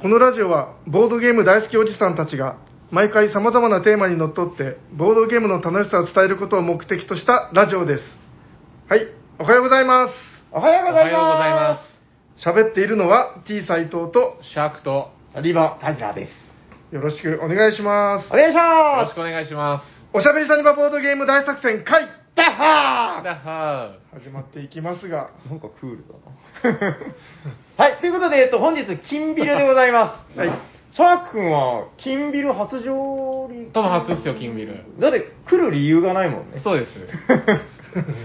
このラジオはボードゲーム大好きおじさんたちが毎回様々なテーマにのっとってボードゲームの楽しさを伝えることを目的としたラジオですはいおはようございまおはようございます。おはようございます喋っているのは T 斎藤とシャークと、よリボン、タジラです。よろしくお願いしますお願いしろましすくお願いしまおしゃべりさんにばボードゲーム大作戦会ダッす。ハだは始まっていきますがーなんかクールだな。はい、ということで、えっと、本日、金ビルでございます。はい。シャーク君は、金ビル初上ー陸トム初っすよ、金ビル。だって、来る理由がないもんね。そうです。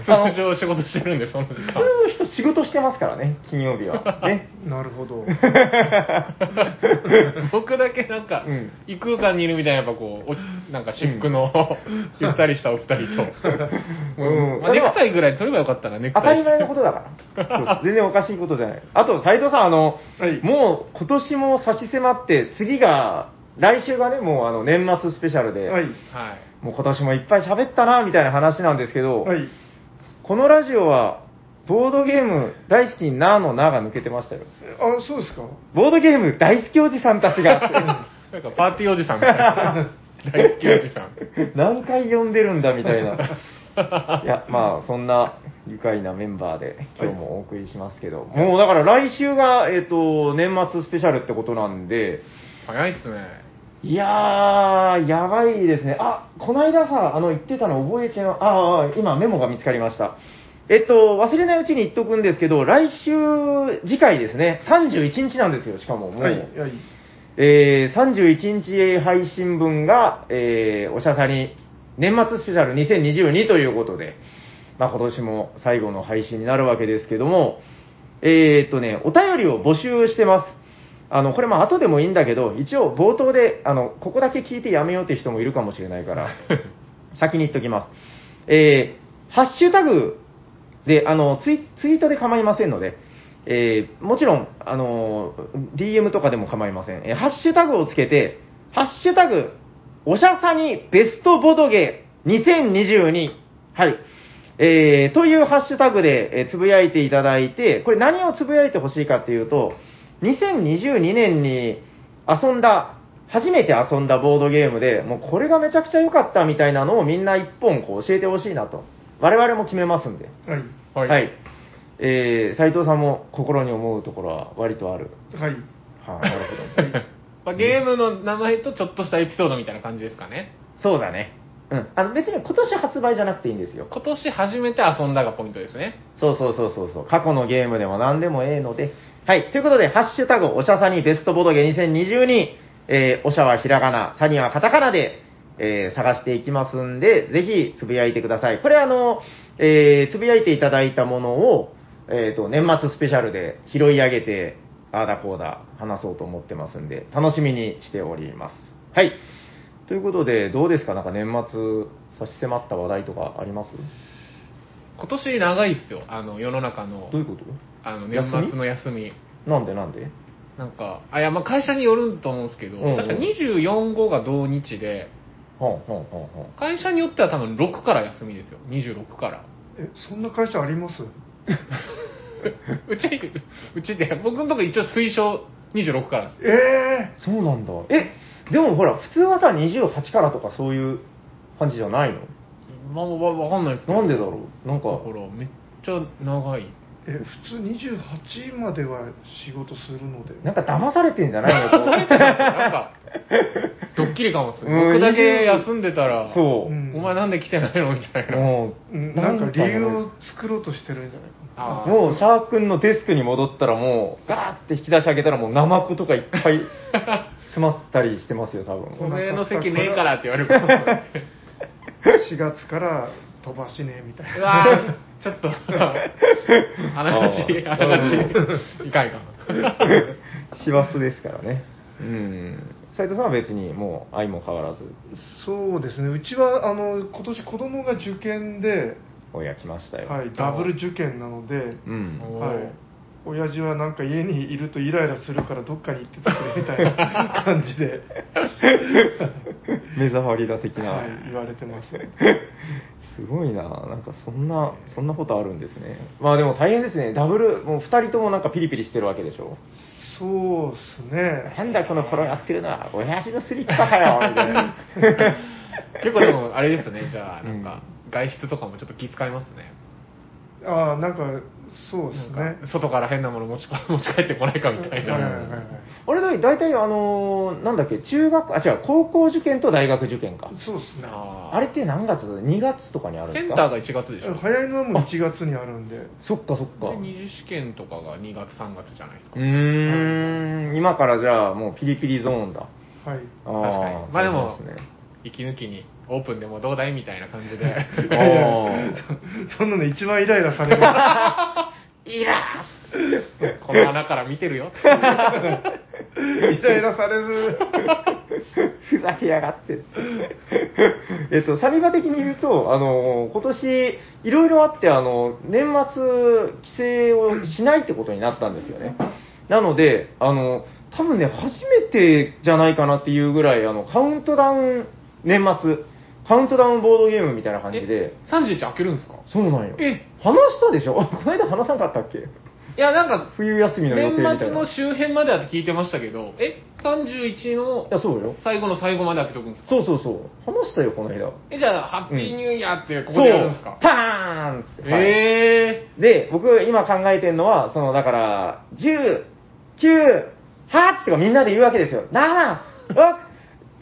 あの通常仕事してるんで、その時普通間。の人、仕事してますからね、金曜日は。ね。なる ほど 僕だけなんかうん、異空間にいるみたいな、やっぱこう、落ちなんか私服の、ゆったりしたお二人と。うんまあ、ネクタイぐらい取ればよかったな、ネク当タたイ。り前のことだから。そう全然おかしいことじゃない。あと、斉藤さん、あの、はいもう今年も差し迫って、次が、来週がね、もうあの年末スペシャルで、はいはい。もう今年もいっぱい喋ったな、みたいな話なんですけど、はいこのラジオは、ボードゲーム大好きなのなが抜けてましたよ。あそうですかボードゲーム大好きおじさんたち が、なんかパーティーおじさんみたいな。 大好きおじさん。 何回呼んでるんだ、みたいな。いや、まあ、そんな愉快なメンバーで今日もお送りしますけど、もうだから来週が、えっ、と、年末スペシャルってことなんで、早いっすね。いやー、やばいですね。あ、この間さ、あの、言ってたの覚えての、ああ、今メモが見つかりました。えっと、忘れないうちに言っとくんですけど、来週、次回ですね、31日なんですよ、しかも、もう。はいはいえー、31日配信分が、えー、おしゃさに年末スペシャル2022ということで、まあ、今年も最後の配信になるわけですけども、えー、っとね、お便りを募集してます。あの、これも後でもいいんだけど、一応冒頭で、あの、ここだけ聞いてやめようって人もいるかもしれないから、先に言っときます。えー、ハッシュタグで、あの、ツイツイートで構いませんので、えーもちろん、あのー、DM とかでも構いません。えーハッシュタグをつけて、ハッシュタグ、おしゃさにベストボドゲ2022。はい。えーというハッシュタグで、えーつぶやいていただいて、これ何をつぶやいてほしいかっていうと、2022年に遊んだ、初めて遊んだボードゲームで、もうこれがめちゃくちゃ良かったみたいなのをみんな一本こう教えてほしいなと。我々も決めますんで。はいはい。えー、斉藤さんも心に思うところは割とある。はいはい、なるほ ど。まあ、ゲームの名前とちょっとしたエピソードみたいな感じですかね。そうだね。うん。あの、別に今年発売じゃなくていいんですよ。今年初めて遊んだがポイントですね。そうそうそうそうそう。過去のゲームでも何でもええので。はい。ということで、ハッシュタグ、おしゃさにベストボードゲ2022、えー、おしゃはひらがな、さにはカタカナで、えー、探していきますんで、ぜひ、つぶやいてください。これ、あの、えー、つぶやいていただいたものを、えっ、と、年末スペシャルで拾い上げて、あーだこうだ、話そうと思ってますんで、楽しみにしております。はい。ということで、どうですかなんか年末差し迫った話題とかあります今年長いっすよ、あの世の中のどういうことあの年末の休み。なんでなんでなんか、あ、いや、まあ会社によると思うんですけど、うんうん確か24号が同日で、ほんほんほんほん。会社によっては多分6から休みですよ、26から。 えそんな会社ありますうち、うちで、僕のとこ一応推奨26からです。ええそうなんだ。え、でもほら、普通はさ、28からとかそういう感じじゃないのまあ、わわかんないですけど。なんでだろうなんか、ほら、めっちゃ長い。え普通28までは仕事するのでなんか騙されてんじゃないのこう なんか、ドッキリかもっすね。うん僕だけ休んでたら、そう。うんお前なんで来てないのみたいな。もう、うんなんか理由なんをか作ろうとしてるんじゃないかあーもう、シャー君のデスクに戻ったらもう、ガーって引き出し上げたらもう、ナマコとかいっぱ い詰まったりしてますよ、多お分。前の席ねえからって言われるかもしれない。 な4月から飛ばしねえみたいうなわーちょっ と、あながち、あーあながち、いかんいかん。師走ですからね。うん。斉藤さんは別にもう、愛も変わらず、そうですねうちはあの今年子供が受験で、親来ましたよ。はい、ダブル受験なので、うん。おはーい、親父はなんか家にいるとイライラするからどっかに行っててくれみたいな感じで、 目障りだ的な、はい、言われてますねすごいななんかそんなそんなことあるんですねまあでも大変ですねダブルもう2人ともなんかピリピリしてるわけでしょそうですね。なんだこの転がってるのは、親父のスリッパかよ、みたいな。 結構でも、あれですね、じゃあ、なんか、外出とかもちょっと気遣いますね。ああ、なんか、そうですなんねか。外から変なもの持ちこ持 ち帰ってこないかみたいはいはいはいはな。いあれだい、大体あのーなんだっけ、中学、あ、違う、高校受験と大学受験か。そうですね。あーあれって何月 ?2 月とかにあるんでセすンかターが1月でしょ。早いのはもう1月にあるんで。そっかそっか。で二次試験とかが2月3月じゃないですかう。ーん、今からじゃあもうピリピリゾーンだ。はい。 あ確かにー。まあでもそうですね、息抜きに、オープンでもどうだいみたいな感じ で。いやいやそそんなの一番イライラされる。はい ら この穴から見てるよ。 イライラされる。 ふざけやがって。えっと、サビバ的に言うと、あの、今年、いろいろあって、あの、年末、帰省をしないってことになったんですよね。なので、あの、多分ね、初めてじゃないかなっていうぐらい、あの、カウントダウン、年末、カウントダウンボードゲームみたいな感じでえ、31開けるんですかそうなんよ。え話したでしょ この間話さなかったっけいや、なんか、冬休みの予定年みたいな。末の周辺までは聞いてましたけど、え、31のいや、そうよ。最後の最後まで開けとくんですかそうそうそう。話したよ、この間。え、じゃあ、ハッピーニューイヤーってここそうでやるんですかパーンっつって。はいえで、僕今考えてるのは、そのだから、10、9、8とかみんなで言うわけですよ。7、6、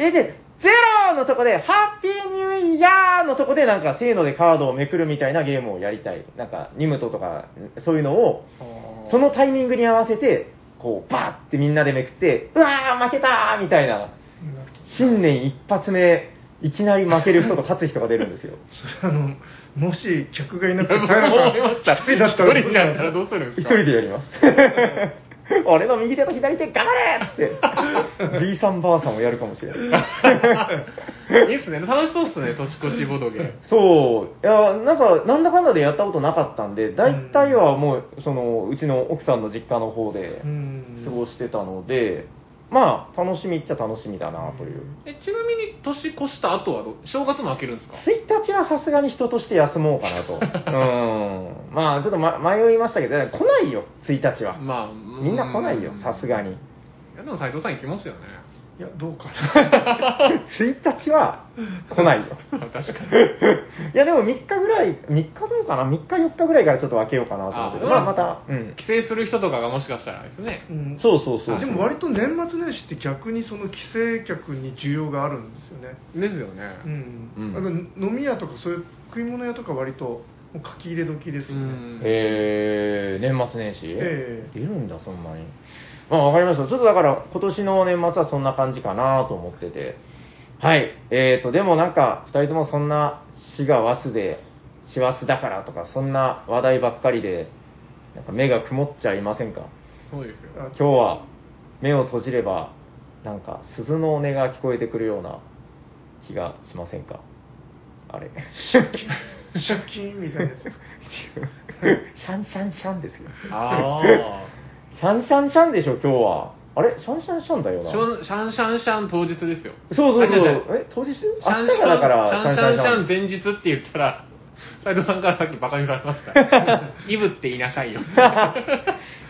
1、0のとこで、ハッピーニューイヤーのとこで、なんか、せーのでカードをめくるみたいなゲームをやりたい。なんか、ニムトとか、そういうのを、そのタイミングに合わせて、こう、バーってみんなでめくって、うわー、負けたーみたいな、新年一発目、いきなり負ける人と勝つ人が出るんですよ。それあの、もし客がいなー。くて、 僕も思いました。一人だったら。一人になったらどうするんで一すか人でやります。 俺の右手と左手頑張れって、 じいさんばあさんをやるかもしれない。いいっすね。楽しそうっすね、年越しボド ゲ。そう。いや、なんか、なんだかんだでやったことなかったんで、大体はもう、その、うちの奥さんの実家の方でうん過ごしてたので、まあ、楽しみっちゃ楽しみだなという。え、ちなみに年越した後はど、正月も開けるんですか1日はさすがに人として休もうかなと。うん。まあ、ちょっと、ま、迷いましたけど、来ないよ、1日は。まあ、みんな来ないよ、さすがに。に。いやでも斉藤さん行きますよね。 いや、どうかな。 1日は来ないよ。確かに。いやでも3日ぐらい、3日どうかな、3日4日ぐらいからちょっと分けようかなと思ってて、あまあまた、うん。帰省する人とかがもしかしたらですね。うんそうそうそうそう。でも割と年末年始って逆にその帰省客に需要があるんですよね。ですよね。うん。うんなんか飲み屋とかそういう食い物屋とか割ともう書き入れ時ですよね。えー、年末年始、ええ出るんだ、そんなに。まあ、わかりました。ちょっとだから、今年の年末はそんな感じかなと思ってて。はい。えーと、でもなんか、二人ともそんな、死がわすで、師走だからとか、そんな話題ばっかりで、なんか目が曇っちゃいませんかそうですよ。あ今日は目を閉じればなんか鈴の音が聞こえてくるような気がしませんかあ れ違う借金みたいなやつですか。シャンシャンシャンですよあシャンシャンシャンでしょ今日はあれシャンシャンシャンだよあ。なシャンシャンシャンシャン当日ですよ。そうそうあそ違違うえ当日シャ明ン日シがャだからンシャンシャンシャンシャンシャンシャン前日って言ったら、斉藤さんからさっきバカにされま した。イブって言いなさいよ。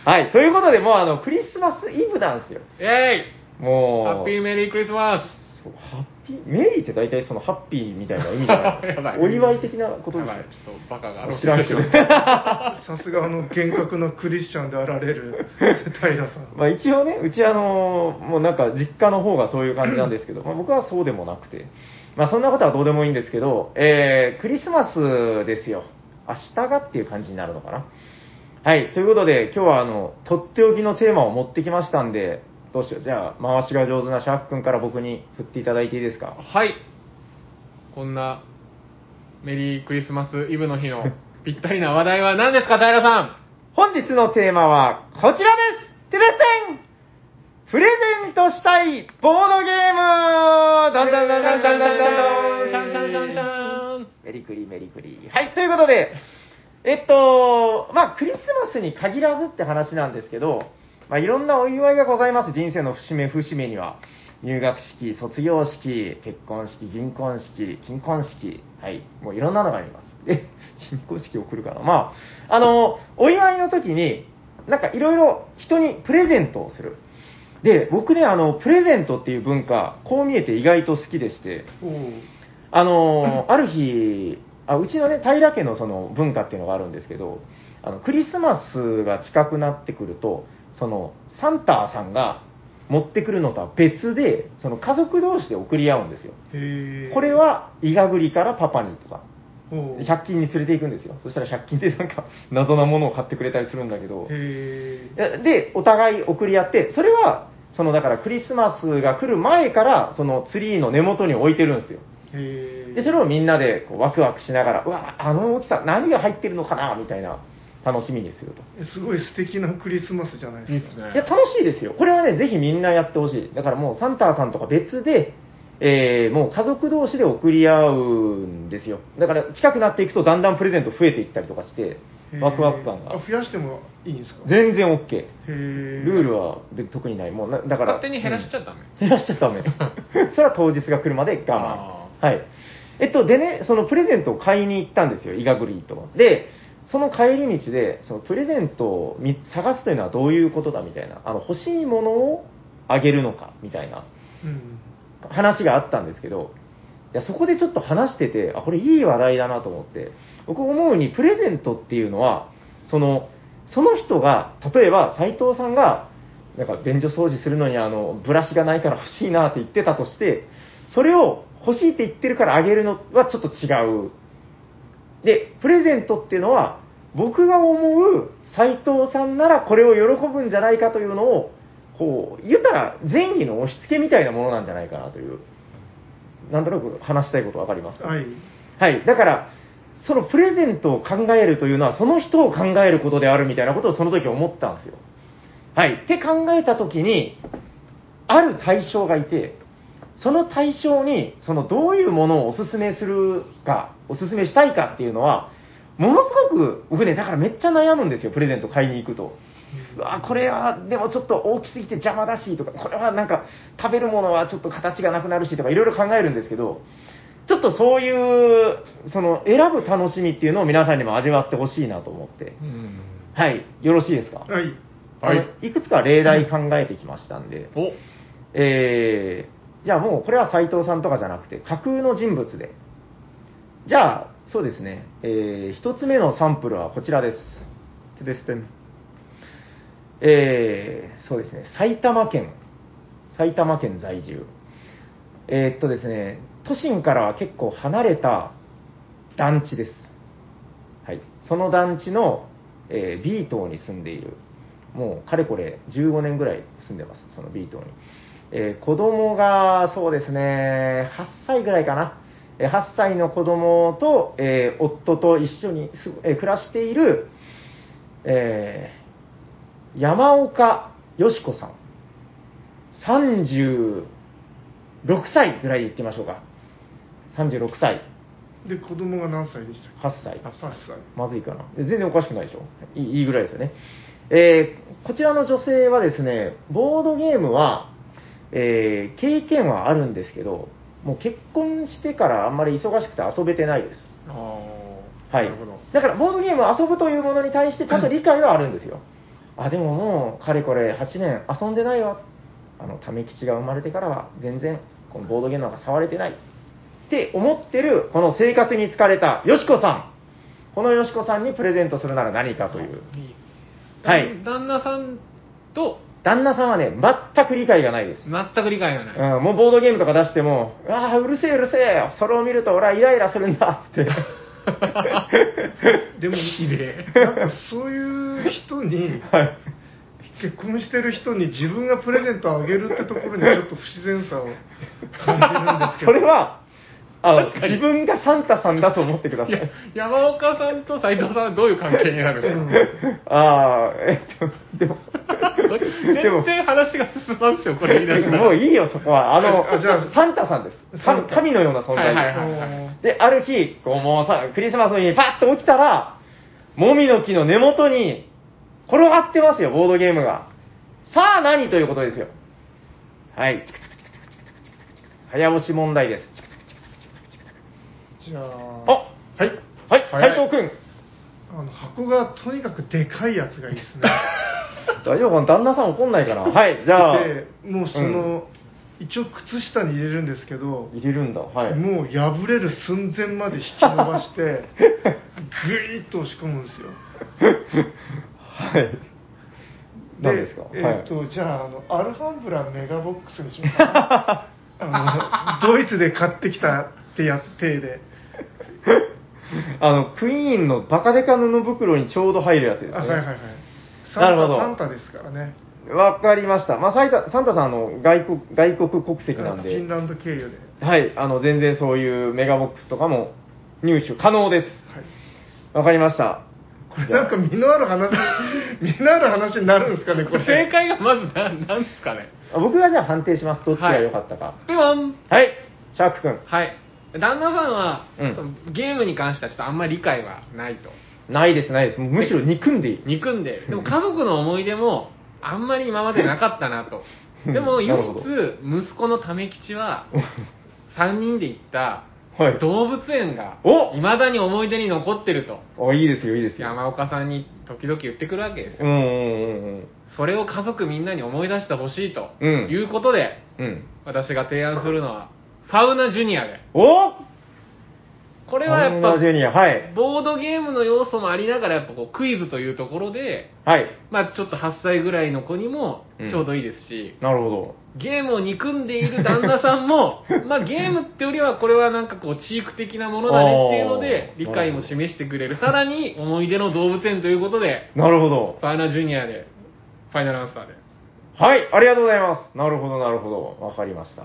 はいということでもうあのクリスマスイブなんですよイェイもうハッピーメリークリスマスそうハッピーメリーって大体そのハッピーみたいな意味じゃ やなばいいお祝い的なことやですばよい、ちょっとバカが 知らんけど露出してしまったさすがあの厳格なクリスチャンであられる平さん。まあ一応ね、うちあのもうなんか実家の方がそういう感じなんですけ ど、まあ僕はそうでもなくて、まあそんなことはどうでもいいんですけど、えー、クリスマスですよ。明日がっていう感じになるのかな。はい、ということで今日はあの、とっておきのテーマを持ってきましたんで、どうしよう。じゃあ、回しが上手なシャーク君から僕に振っていただいていいですか。はい。こんなメリークリスマスイブの 日のぴったりな話題は何ですか、平さ本日のテーマはこちらですテベセンプレゼントしたいボードゲームどんどんどんどんどんどんどんシャンシャンシャンシャンメリクリメリクリはい、ということで、えっと、まあ、クリスマスに限らずって話なんですけど、まあ、いろんなお祝いがございます。人生の節目節目には。入学式、卒業式、結婚式、銀婚式、金婚式、はい、もういろんなのがあります。え、金婚式送るかなまあ、あの、お祝いの時に、なんかいろいろ人にプレゼントをする。で、僕ね、あの、プレゼントっていう文化、こう見えて意外と好きでして、おーあのーある日あ、うちのね、平家のその文化っていうのがあるんですけど、あのクリスマスが近くなってくると、そのサンタさんが持ってくるのとは別で、その家族同士で送り合うんですよ。へーこれは、イガグリからパパにとか、おー100均に連れて行くんですよ。そしたら100均でなんか謎なものを買ってくれたりするんだけど、へーで、お互い送り合って、それは、そのだからクリスマスが来る前から、そのツリーの根元に置いてるんですよ。へーで、それをみんなでこうワクワクしながら、うわ、あの大きさ、何が入ってるのかなみたいな、楽しみにすると。すごい素敵なクリスマスじゃないいいでっすすか。ねいや、楽しいですよ。これはね、ぜひみんなやってほしい。だからもう、サンタさんとか別で、えーもう家族同士で送り合うんですよ。だから、近くなっていくと、だんだんプレゼント増えていったりとかして、ワクワク感へがー。あ増やしてもいいんですかへ全然 OK。ールールは別に特にない。もうな、だから。勝手に減らしちゃダメ、減らしちゃダメ。それは当日が来るまで我あ慢。はい。えっと、でね、そのプレゼントを買いに行ったんですよ、イガグリーと。で、その帰り道で、そのプレゼントを見探すというのはどういうことだみたいな、あの欲しいものをあげるのかみたいなうん話があったんですけど、いやそこでちょっと話してて、あ、これいい話題だなと思って、僕思うにプレゼントっていうのは、その、その人が、例えば斎藤さんが、なんか便所掃除するのにあの、ブラシがないから欲しいなって言ってたとして、それを欲しいって言ってるからあげるのはちょっと違う。で、プレゼントっていうのは、僕が思う斎藤さんならこれを喜ぶんじゃないかというのを、こう、言ったら善意の押し付けみたいなものなんじゃないかなという、なんとなく話したいことわかりますかはい。はい。だから、そのプレゼントを考えるというのは、その人を考えることであるみたいなことをその時思ったんですよ。はい。って考えた時に、ある対象がいて、その対象に、そのどういうものをおすすめするか、おすすめしたいかっていうのは、ものすごく、僕ね、だからめっちゃ悩むんですよ、プレゼント買いに行くと。うわこれはでもちょっと大きすぎて邪魔だしとか、これはなんか食べるものはちょっと形がなくなるしとかいろいろ考えるんですけど、ちょっとそういう、その選ぶ楽しみっていうのを皆さんにも味わってほしいなと思って。うん、はい、よろしいですかはい。はいあのいくつか例題考えてきましたんで、おえー、じゃあもうこれは斎藤さんとかじゃなくて架空の人物で。じゃあ、そうですね、えー、一つ目のサンプルはこちらです。てですてんえー、そうですね、埼玉県、埼玉県在住。えーっとですね、都心からは結構離れた団地です。はい、その団地の、えー B 棟に住んでいる、もうかれこれ15年ぐらい住んでます、その B 棟に。えー子供が、そうですね、8歳ぐらいかな。えー8歳の子供と、えー夫と一緒にす、えー暮らしている、えー山岡よしこさん。36歳ぐらいで言ってみましょうか。36歳、で、子供が何歳でしたっ8け。歳あ、8歳。まずいかな。全然おかしくないでしょ。いいいいぐらいですよね。えーこちらの女性はですね、ボードゲームは、えー経験はあるんですけど、もう結婚してからあんまり忙しくて遊べてないです。ああはいなるほど。だから、ボードゲームを遊ぶというものに対して、ちゃんと理解はあるんですよ。あ、でももう、かれこれ8年遊んでないわ。あの、ため吉が生まれてからは、全然、このボードゲームなんか触れてない。って思ってる、この生活に疲れた、よしこさん。このよしこさんにプレゼントするなら何かという。はい旦那さんと旦那さんはね、全く理解がないです。全く理解がない、うん、もうボードゲームとか出しても、ああ、うるせえうるせえ、それを見ると俺はイライラするんだ、 つって。で も、ひでえなんかそういう人に、はい。結婚してる人に自分がプレゼントをあげるってところにちょっと不自然さを感じそるんですけど。れは、あの、自分がサンタさんだと思ってくださいやい。山岡さんと斎藤さんはどういう関係になるんですかああ、えっと、でも、でも全然話が進まんすよ、これ言い出したら。もういいよ、そこは。あの、あじゃあサンタさんです。サン神タ神のような存在です。はいはいで、ある日、こうもうさ、クリスマスの日にパッと起きたら、もみの木の根元に転がってますよ、ボードゲームが。さあ何ということですよ。はい。チクタクチクタクチクタクチクタクチクタク早押し問題です。チクタクチクタクチクタクチクタクじゃあ、あはい。はい、早い斉藤くん。 あの箱がとにかくでかいやつがいいですね。大丈夫かな旦那さん怒んないかなはい、じゃあ。でもうその、一応靴下に入れるんですけど入れるんだ。はい。もう破れる寸前まで引き伸ばして ぐいっと押し込むんですよはい。何ですかえはいっ、とじゃああのアルファンブラメガボックスにしよう かなあのドイツで買ってきたってやつ手で あの、クイーンのバカデカ布袋にちょうど入るやつですね。あはいはいはいサンタなるほどサンタですからねわかりました。まあ、サイタサンタさん、あの、外国、外国国籍なんフィンで、ランド経由で、はい、あの、全然そういうメガボックスとかも入手可能です。はい、わかりました。これなんか身のある話 身のある話になるんですかねこれ正解がまず何なんですかねあ僕がじゃあ判定します。どっちが良かったか。ピボンはい、シャーク君。はい旦那さんは、うんゲームに関してはちょっとあんまり理解はないとないです、ないです。もうむしろ憎んで いい。憎んでるでも家族の思い出もあんまり今までなかったなとでもなる唯ほど一息子のため吉は3人で行ったはい。動物園がおいまだに思い出に残ってるとお、いいですよ、いいですよ。山岡さんに時々言ってくるわけですうよんうんそれを家族みんなに思い出してほしいとうんいうことで、うんうん。うん。私が提案するのはファウナジュニアでおこれはやっパンダジュぱニア、はい。ボードゲームの要素もありながらやっぱこうクイズというところではい。まあちょっと8歳ぐらいの子にもうんちょうどいいですし、なるほど。ゲームを憎んでいる旦那さん も、まあゲームってよりはこれはなんかこうチーク的なものだねっていうのであー理解も示してくれる。さらに思い出の動物園ということで、なるほど。ファーナジュニアで、ファイナルアンサーで。はい、ありがとうございます。なるほど、なるほど。わかりました。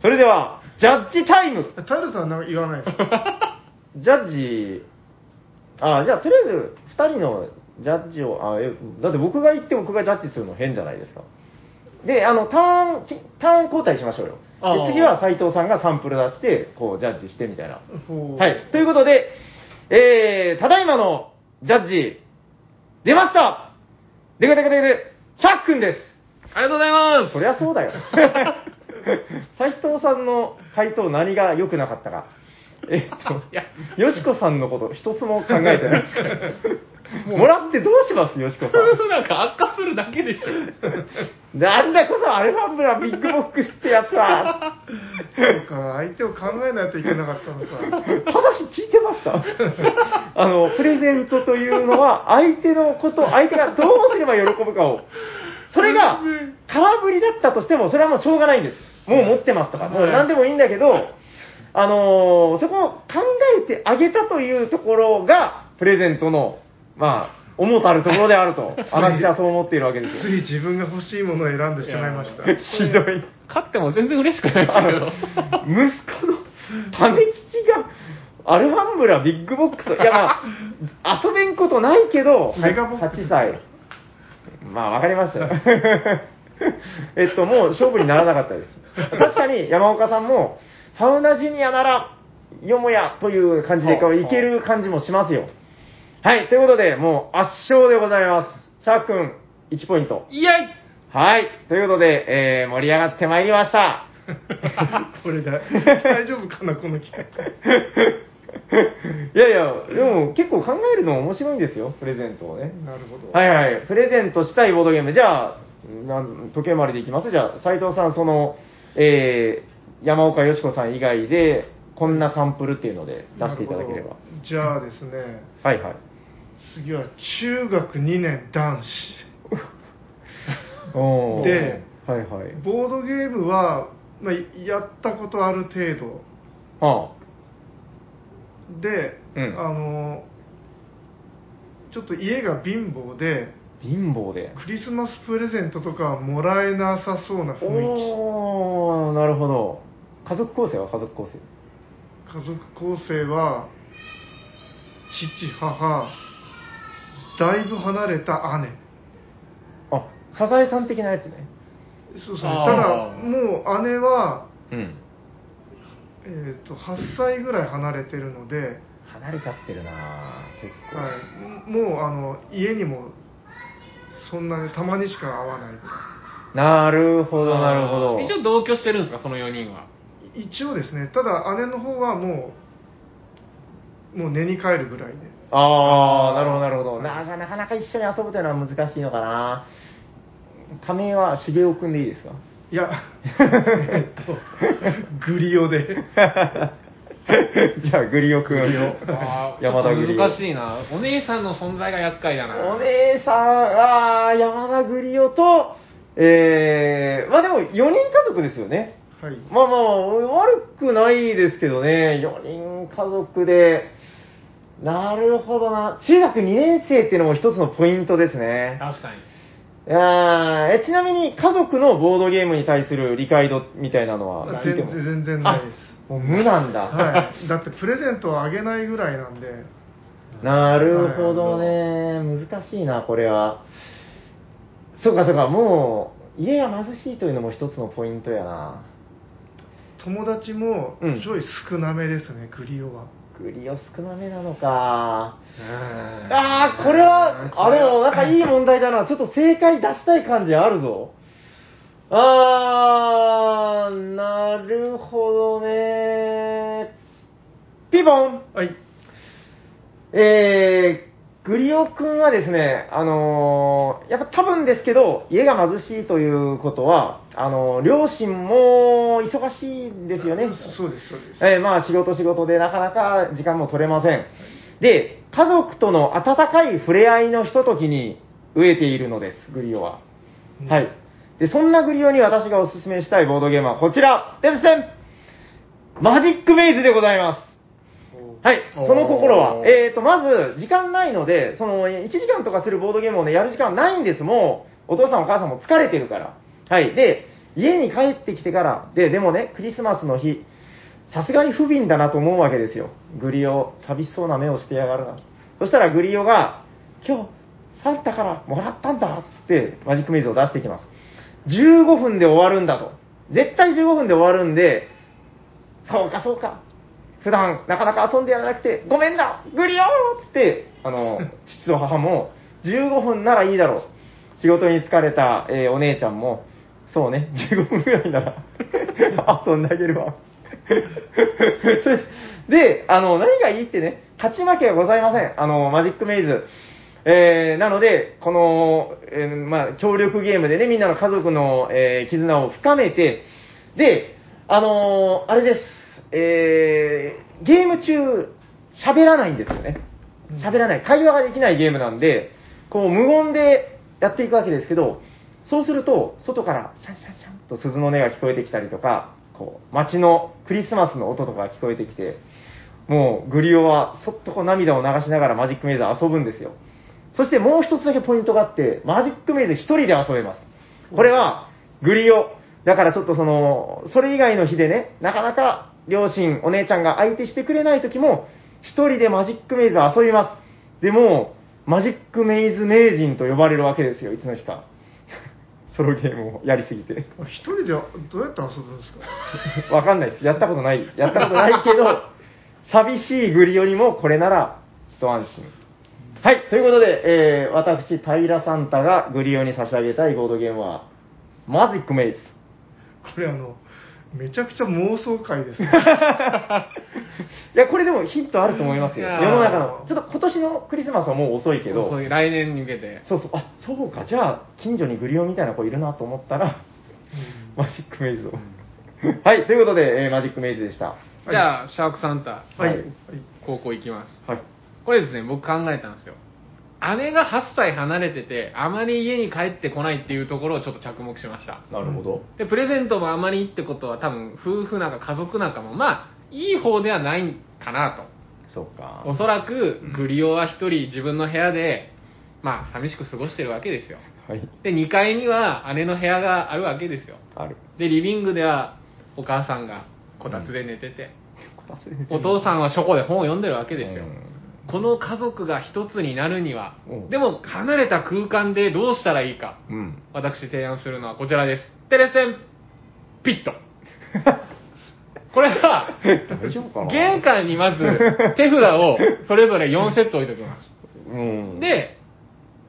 それでは、ジャッジタイムタルさんなんか言わないですか ジャッジ、あ、じゃあ、とりあえず、二人のジャッジを、あ、え、だって僕が言って僕がジャッジするの変じゃないですか。で、あの、ターン、きターン交代しましょうよ。あーで次は斉藤さんがサンプル出して、こう、ジャッジしてみたいな。ほうはい。ということで、えー、ただいまのジャッジ、出ましたでかでかでかで、シャックンですありがとうございますそりゃそうだよ。斉藤さんの回答何が良くなかったか。えっといや、よしこさんのこと一つも考えてない。もらってどうしますよしこさん。 なんか悪化するだ けでしょ。なんだこのアルファンブラビッグボックスってやつは。そうか相手を考えないといけなかったのか 話聞いてました あの、プレゼントというのは、相手のこと、相手がどうすれば喜ぶかを。それが、空振りだったとしても、それはもうしょうがないんです。もう持ってますとか、もう何でもいいんだけど、あのーそこを考えてあげたというところが、プレゼントの、まあ、重たるところであると、私 はそう思っているわけですよつい自分が欲しいものを選んでしまいましたいや ひどい。勝っても全然嬉しくないですけど。息子の種吉が、アルハンブラビッグボックスを、いやま あ、遊べんことないけど、メガボックス8歳。まあ、わかりましたよ。 えっと、もう勝負にならなかったです。確かに山岡さんも、サウナジュニアなら、よもやという感じで、こうはあいける感じもしますよ。はい、ということで、もう圧勝でございます。シャー君、1ポイント。イエイはい、ということで、えー盛り上がってまいりました。 これ だ大丈夫かなこの企画 いやいや、でも結構考えるの面白いんですよ、プレゼントをね。なるほど、はいはい、プレゼントしたいボードゲーム。じゃあ、なん時計回りでいきますじゃあ、斉藤さん、その、えー、山岡よしこさん以外で、こんなサンプルっていうので出していただけなれるばほ。どじゃあですねはいはい。次は中学2年男子おーで、はいはい。ボードゲームは、まあ、やったことある程度はで、うんあのちょっと家が貧乏であ、貧乏で。クリスマスプレゼントとかはもらえなさそうな雰囲おー、なるほど。家族構成は家族構成。気家族構成は父母だいぶ離れた姉あ、サザエさん的なやつね。そうそうただあーもう姉は、うん。えー、と8歳ぐらい離れてるので、はい離れちゃってるなぁ結構、もうあの家にもそんなにたまにしか会わないなるほどなるほど一応同居してるんですか、その4人は。一応ですねただ姉の方はもうもう寝に帰るぐらいねああ、なるほど、なるほど。なじゃあなかなか一緒に遊ぶというのは難しいのかな。仮名は茂雄君でいいですかいや えっとグリオで じゃあ、グリオ君。あー山田グリオ。難しいな。お姉さんの存在が厄介だな。お姉さん、ああ、山田グリオと、えー、まあでも4人家族ですよね。はいまあまあ、悪くないですけどね、4人家族で、なるほどな。中学2年生っていうのも一つのポイントですね。確かに。いやーえちなみに家族のボードゲームに対する理解度みたいなのはあ聞全いてます然全然ないですあもう無なんだ。はい、だってプレゼントをあげないぐらいなんで、なるほどね、難しいな、これは。そうか、そうか、もう、家が貧しいというのも一つのポイントやな。友達もうんちょい少なめですね、クリオは。グリオ少なめなのか。ああー、これは、あれも、なんかいい問題だな。ちょっと正解出したい感じあるぞ。あー、なるほどね。ピボンはい、えー、グリオ君はですね、あのーやっぱ多分ですけど、家が貧しいということは、あのー両親も忙しいんですよね。そうです、そうです。えーまあ仕事仕事でなかなか時間も取れません。で、家族との温かい触れ合いのひとときに飢えているのです、グリオは。うんはい。で、そんなグリオに私がおすすめしたいボードゲームはこちらですねマジックメイズでございます。はい、その心は、えー、とまず時間ないので、その1時間とかするボードゲームを、ね、やる時間ないんです、もう、お父さん、お母さんも疲れてるから、はい、で家に帰ってきてからで、でもね、クリスマスの日、さすがに不憫だなと思うわけですよ、グリオ、寂しそうな目をしてやがるな、そしたらグリオが、今日サンタからもらったんだっつって、マジックメイズを出してきます、15分で終わるんだと、絶対15分で終わるんで、そうかそうか。普段なかなか遊んでやらなくて、ごめんなグリオーつって、あの、父と母も、15分ならいいだろう。仕事に疲れた、えーお姉ちゃんも、そうね、15分ぐらいなら、遊んであげるわ。 で、あの、何がいいってね、勝ち負けはございません。あの、マジックメイズ。えーなので、この、えーまあ、協力ゲームでね、みんなの家族の、えー絆を深めて、で、あのーあれです、えーゲーム中、喋らないんですよね。喋らない。会話ができないゲームなんで、こう、無言でやっていくわけですけど、そうすると、外から、シャンシャンシャンと鈴の音が聞こえてきたりとか、こう、街のクリスマスの音とかが聞こえてきて、もう、グリオは、そっとこう涙を流しながらマジックメイズを遊ぶんですよ。そしてもう一つだけポイントがあって、マジックメイズ一人で遊べます。これは、グリオ。だからちょっとその、それ以外の日でね、なかなか両親、お姉ちゃんが相手してくれない時も、一人でマジックメイズを遊びます。でも、マジックメイズ名人と呼ばれるわけですよ、いつの日か。 ソロゲームをやりすぎて。あ一人でどうやって遊ぶんですかわかんないです。やったことない。やったことないけど、 寂しいグリよりもこれなら一安心。はい、ということで、えー、私、平サンタがグリオに差し上げたいボードゲームは、マジックメイズ。 これあの、めちゃくちゃ妄想界です ね。いや、これでもヒントあると思いますよ。い世やーの中の、ちょっと今年のクリスマスはもう遅いけどそう、いう来年に向けて。そうそう、あ、そうか、じゃあ、近所にグリオみたいな子いるなと思ったら、マジックメイズを。はい、ということで、えーマジックメイズでした。じゃあ、シャークサンタ、はい、ははいい、高校行きます。はい。これですね、僕考えたんですよ。姉が8歳離れてて、あまり家に帰ってこないっていうところをちょっと着目しました。なるほど。で、プレゼントもあまりってことは多分、夫婦なんか家族なんかも、まあ、いい方ではないかなと。そうか。おそらく、グリオは一人自分の部屋で、まあ、寂しく過ごしてるわけですよ。はい。で、2階には姉の部屋があるわけですよ。ある。で、リビングではお母さんがこたつで寝てて、 おさ父さんは書庫で本を読んでるわけですよ。うんこの家族が一つになるにはうん、でも離れた空間でどうしたらいいか、 うん。私提案するのはこちらです。テレセンピット。これは、 大丈夫かな玄関 にまず手札をそれぞれ4セット置いときます。うん。、で、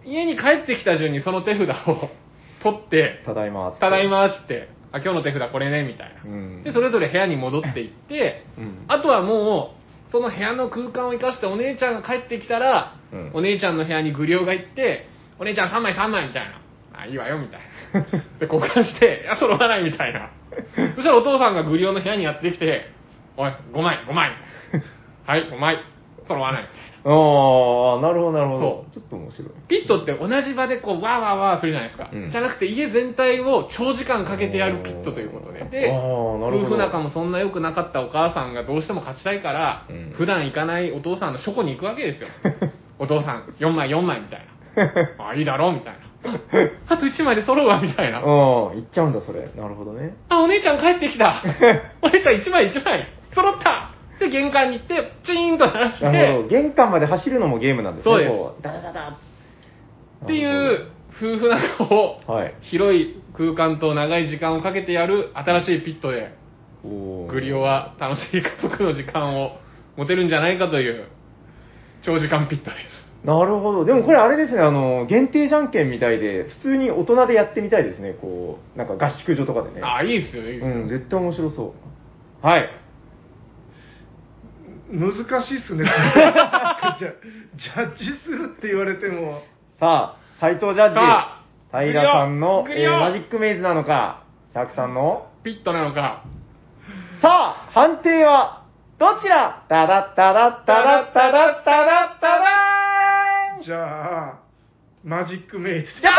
家に帰ってきた順にその手札を取って、ただいま。ただい。まーって、あ、今日の手札これね、みたいなう。ん。で、それぞれ部屋に戻っていって、うんあとはもその部屋の空間を生かしてお姉ちゃんが帰ってきたら、うんお姉ちゃんの部屋にグリオが行ってお姉ちゃん3枚3枚みたいなあいいわよみたいな で交換していや揃わないみたいなそしたらお父さんがグリオの部屋にやってきておい5枚5枚 はい5枚揃わないみたいなああ、なるほど、なるほど。ちょっと面白い。ピットって同じ場でこう、わーわーわーするじゃないですか。うんじゃなくて家全体を長時間かけてやるピットということで。で、あーなるほど夫婦仲もそんな良くなかったお母さんがどうしても勝ちたいから、うん普段行かないお父さんの書庫に行くわ けですよ。お父さん、4枚4枚みたいな。あ、いいだろうみたいな。ああと1枚で揃うわみたいな。うん、いっちゃうんだ、それ。なるほどね。あ、お姉ちゃん帰って きた。お姉ちゃん1枚1枚。揃ったで、玄関に行って、チーンと鳴らして、なるほど。玄関まで走るのもゲームなんですね。そうですこダダダダっていう夫婦仲をはい広い空間と長い時間をかけてやる新しいピットでおーグリオは楽しい家族の時間を持てるんじゃないかという長時間ピットで、なるほど。でもこれあれですね、あの、限定じゃんけんみたいで、普通に大人でやってみたいですね。こう、なんか合宿所とかですね。ああいいですよいいですよ、うん、絶対面白そう。はい。難しいっす ね。これじゃジャッジするって言われても、さあ、斎藤ジャッジさあ。平さんの、グえリオーグリオマジックメイズなのか、シャークさんの、ピットなのかさあ、判定は、どちらダダッダダッダダッダダッダダッダダーンじゃあ、マジックメイズやっ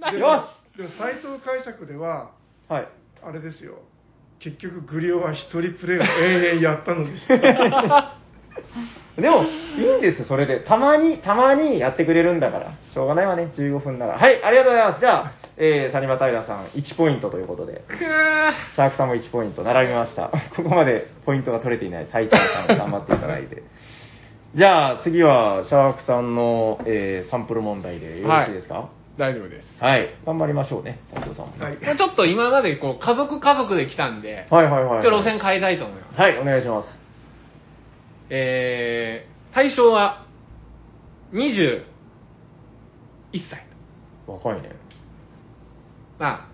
たでーもよしでも斎藤解釈では、はい。あれですよ。結局グリオは一人プレイを延々やったので した。でも、いいんですよ、それで。たまに、たまにやってくれるんだから。しょうがないわね、15分なら。はい、ありがとうございます。じゃあ、えー、サニバタイラさん、1ポイントということで。くーシャークさんも1ポイント並びました。 ここまでポイントが取れていない斉藤さん、頑張っていただいて。 じゃあ、次は、シャークさんの、えーサンプル問題でよろしいですか大丈夫ですはい。頑張りましょうね、斉藤さんもね。はい。まあちょっと今までこう家族家族で来たんで、はいはいはい。ちょっと路線変えたいと思いますはい、お願いします。えー、対象は21歳若いね。まあ、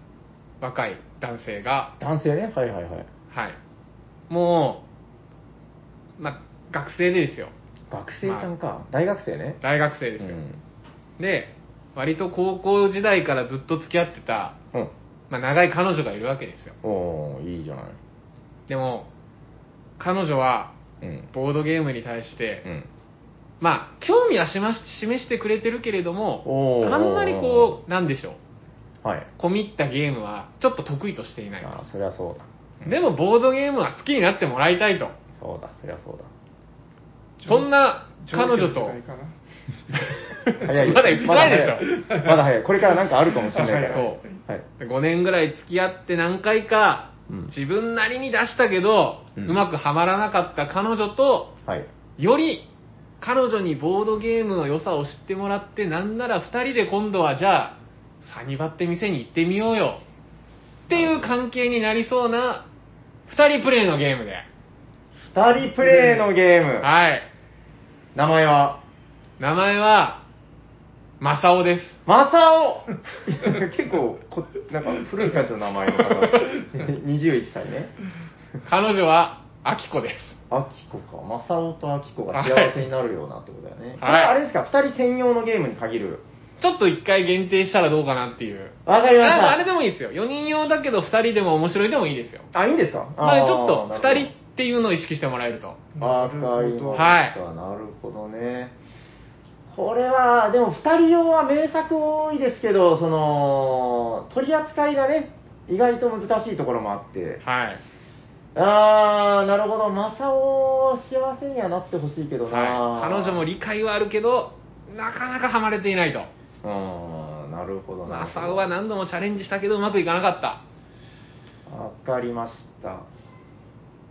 若い男性が、男性ね。はいはいはい。はい。もう、まあ、学生でですよ。学生さんか。大学生ね。大学生うですよ。ん。で、割と高校時代からずっと付き合ってた、うん。まあ、長い彼女がいるわけですよ。おー、いいじゃない。でも、彼女は、うん。ボードゲームに対して、うん。まあ、興味はしまし示してくれてるけれどもお、ーあんまりこう、なんでしょう。はい。込み入ったゲームは、ちょっと得意としていないあーそりゃそうだ。と。でも、ボードゲームは好きになってもらいたいと。そうだ、そりゃそうだ。そんな彼上女と下の違いかな早い まだ言ってないでしょまだ早いまだ早い。これからなんかあるかもしれないから。そはい。 5年ぐらい付き合って何回かうん自分なりに出したけど、ううんまくはまらなかった彼女とはい。より彼女にボードゲームの良さを知ってもらってなんなら2人で今度はじゃあサニバって店に行ってみようよっていう関係になりそうな2人プレイのゲームで、二人プレイのゲーム。はい名前は名前はマサオですマサオ結構こ、なんか古い感じの名前の方。21歳ね。彼女はアキコですアキコか。マサオとアキコが幸せになるようなってことだよね。はいあれですか、二人専用のゲームに限る。ちょっと1回限定したらどうかなっていうわかりましあた。あれでもいいですよ。4人用だけど2人でも面白いでもいいですよ。あ、いいんですかまあちょーなるっとほど2人っていうのを意識してもらえると。わかりました、なるほどねこれはでも2人用は名作多いですけどその取り扱いがね意外と難しいところもあってはい。ああなるほど正雄幸せにはなってほしいけどな、はい。彼女も理解はあるけど、なかなかハマれていないと。うんなるほどなるマほサどオは何度もチャレンジしたけどうまくいかなかった。わかりました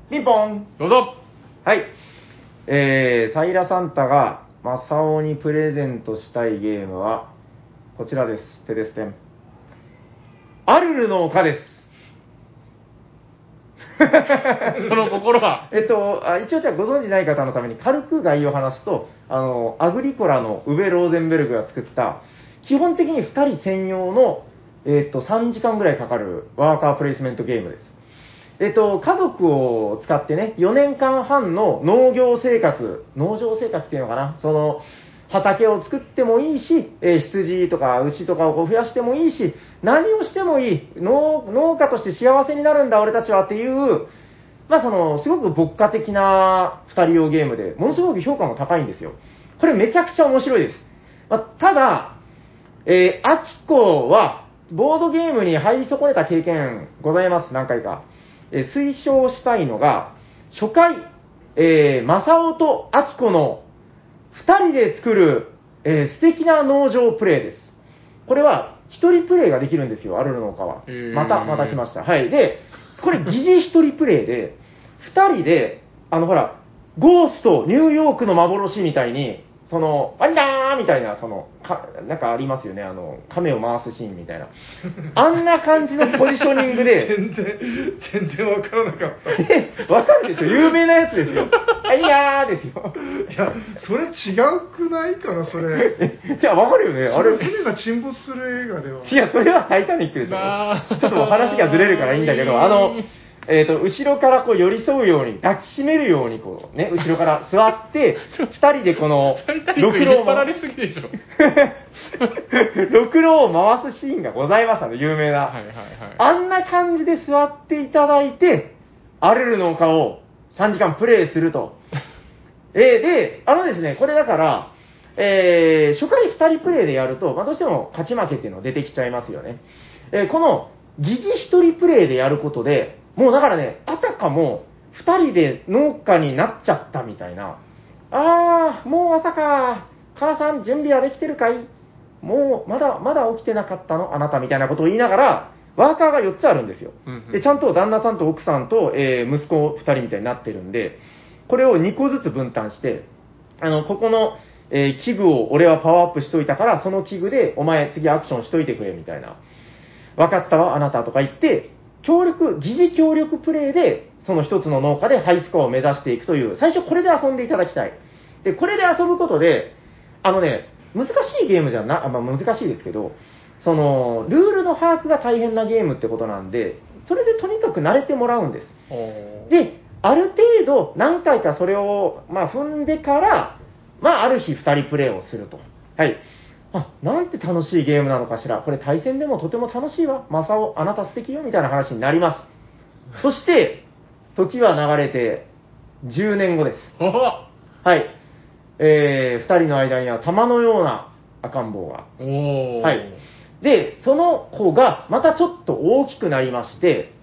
ピンポンどうぞはい。えー、平サンタが、マサオにプレゼントしたいゲームは、こちらです。テレステン。アルルの 丘です。その心は。えっと、あ一応じゃあご存知ない方のために軽く概要を話すと、あの、アグリコラのウベ・ローゼンベルグが作った、基本的に2人専用の、えっと、3時間ぐらいかかるワーカープレイスメントゲームです。えっと、家族を使ってね、4年間半の農業生活、農場生活っていうのかな、その、畑を作ってもいいし、えー羊とか牛とかをこう増やしてもいいし、何をしてもいい農、農家として幸せになるんだ、俺たちはっていう、まあその、すごく牧歌的な2人用ゲームで、ものすごく評価も高いんですよ。これめちゃくちゃ面白いです。まあただ、えー、アキコは、ボードゲームに入り損ねた経験ございます、何回か。えー推奨したいのが、初回、えー、マサオとアキコの2人で作る、えー素敵な農場プレイです。これは、1人プレイができるんですよ、あるのかはへ。ーまた、また来ました。はい。で、これ、疑似1人プレイで、2人で、あの、ほら、ゴースト、ニューヨークの幻みたいに、その、ワンダーみたいな、その、かなんかありますよね、あの、亀を回すシーンみたいな。あんな感じのポジショニングで、全然、全然わからなかった。いえわかるでしょ有名なやつですよ。あいやーですよ。や、それ違うくないかな、それ。えじゃあわかるよねあそれ、。れ船が沈没する映画では。違う、それはタイタニックでしょ。あーちょっともう話がずれるからいいんだけど、あの、えっ、と、後ろからこう寄り添うように、抱きしめるようにこう、ね、後ろから座って、二人でこのタイタ、ニッろクくにろ引をっ張ら回れす、すぎでしょ。ろくろを回すシーンがございます、あの、有名な。はいはいはい。あんな感じで座っていただいて、アレルの丘を3時間プレイすると。えーで、あのですね、これだから、えー初回2人プレイでやると、まあ、どうしても勝ち負けっていうの出てきちゃいますよね。えーこの、疑似1人プレイでやることで、もうだからね、あたかも2人で農家になっちゃったみたいな、あー、もう朝か、母さん準備はできてるかいもう、まだ、まだ起きてなかったのあなたみたいなことを言いながら、ワーカーが4つあるんですよ。うんうんで、ちゃんと旦那さんと奥さんと、えー息子2人みたいになってるんで、これを2個ずつ分担して、あの、ここの、えー器具を俺はパワーアップしといたから、その器具でお前次アクションしといてくれみたいな。分かったわ、あなたとか言って、協力、疑似協力プレイで、その一つの農家でハイスコアを目指していくという、最初これで遊んでいただきたい。で、これで遊ぶことで、あのね、難しいゲームじゃな、あまあ、難しいですけど、その、ルールの把握が大変なゲームってことなんで、それでとにかく慣れてもらうんです。おーで、ある程度何回かそれを、まあ、踏んでから、まあ、ある日2人プレイをすると。はい。あ、なんて楽しいゲームなのかしら。これ対戦でもとても楽しいわ。マサオ、あなた素敵よ。みたいな話になります。そして、時は流れて10年後です。おーはい。えー、2人の間には玉のような赤ん坊がおーはい。で、その子がまたちょっと大きくなりまして、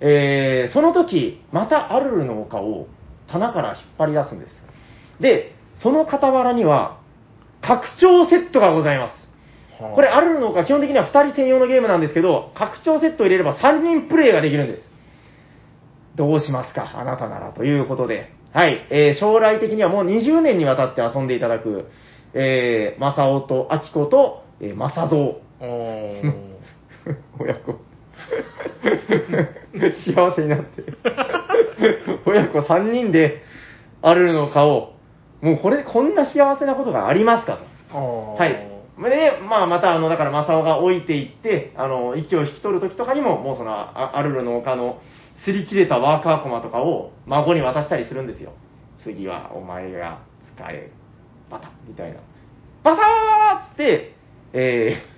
えーその時、またアルルの丘を棚から引っ張り出すんです。で、その傍らには、拡張セットがございます。はあこれ、アルルの丘、基本的には2人専用のゲームなんですけど、拡張セットを入れれば3人プレイができるんです。どうしますか、あなたならということで、はい、えー将来的にはもう20年にわたって遊んでいただく、えー、マサオとアキコと、えー、マサゾウ おー 親子 幸せになって 親子3人でアルルの顔をもうこれこんな幸せなことがありますかとああはいで、まあ、またあのだから正雄が老いていってあの息を引き取る時とかにももうそのあアルルの丘の擦り切れたワーカー駒とかを孫に渡したりするんですよ次はお前が使えバタみたいなバサーっつって、えー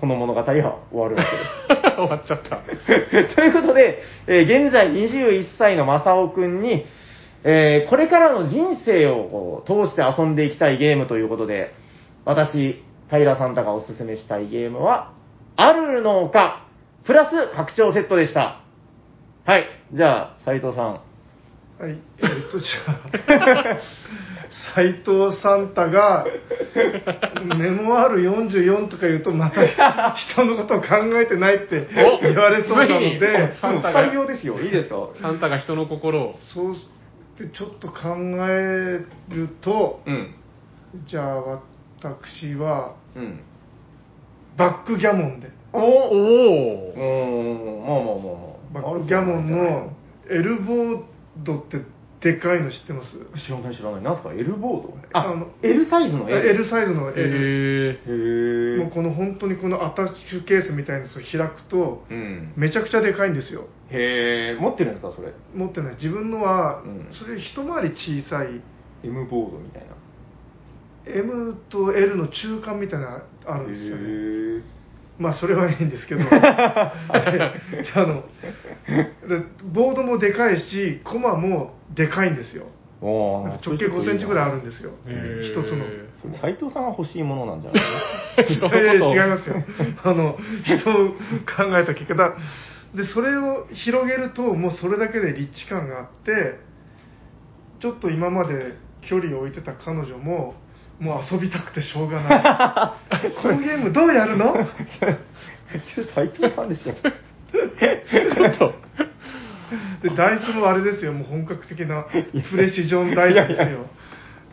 この物語は終わるわけです終わっちゃった。 ということで、えー現在21歳の正雄くんに、えーこれからの人生をこう通して遊んでいきたいゲームということで、私、平さんたがおすすめしたいゲームは、あるのか、プラス拡張セットでした。はい。じゃあ、斉藤さん。はい、えーっと、じゃあ、斎藤サンタが、メモアール44とか言うと、また人のことを考えてないってお言われそうなのついにで、サンタが採用ですよ。いいですかサンタが人の心を。そうでちょっと考えると、うん。じゃあ、私は、うん。バックギャモンで、おおうーん、まあまあまあまあ。バックギャモンのエルボードってでっかいの知ってます知らない知らない。なんすか ?L ボードああの、 L サイズの L サイズの L、へええ。もうこの本当にこのアタッチケースみたいなやつを開くとうん。めちゃくちゃでかいんですよへえ。持ってるんですかそれ。持ってない自分のはうんそれより一回り小さい M ボードみたいな。 M と L の中間みたいなのあるんですよねへまあそれはいいんですけ ど あのでボードもでかいしコマもでかいんですよえ。おなんか直径5センチぐらいあるんですよへー一つの斎藤さんが欲しいものなんじ ゃないい やいや違いますよあの人を考えた結果だでそれを広げるともうそれだけで立地感があってちょっと今まで距離を置いてた彼女ももう遊びたくてしょうがない このゲームどうやるの斎藤さんでしょ。ちょっとでダイスもあれですよもう本格的なプレシジョンダイスですよ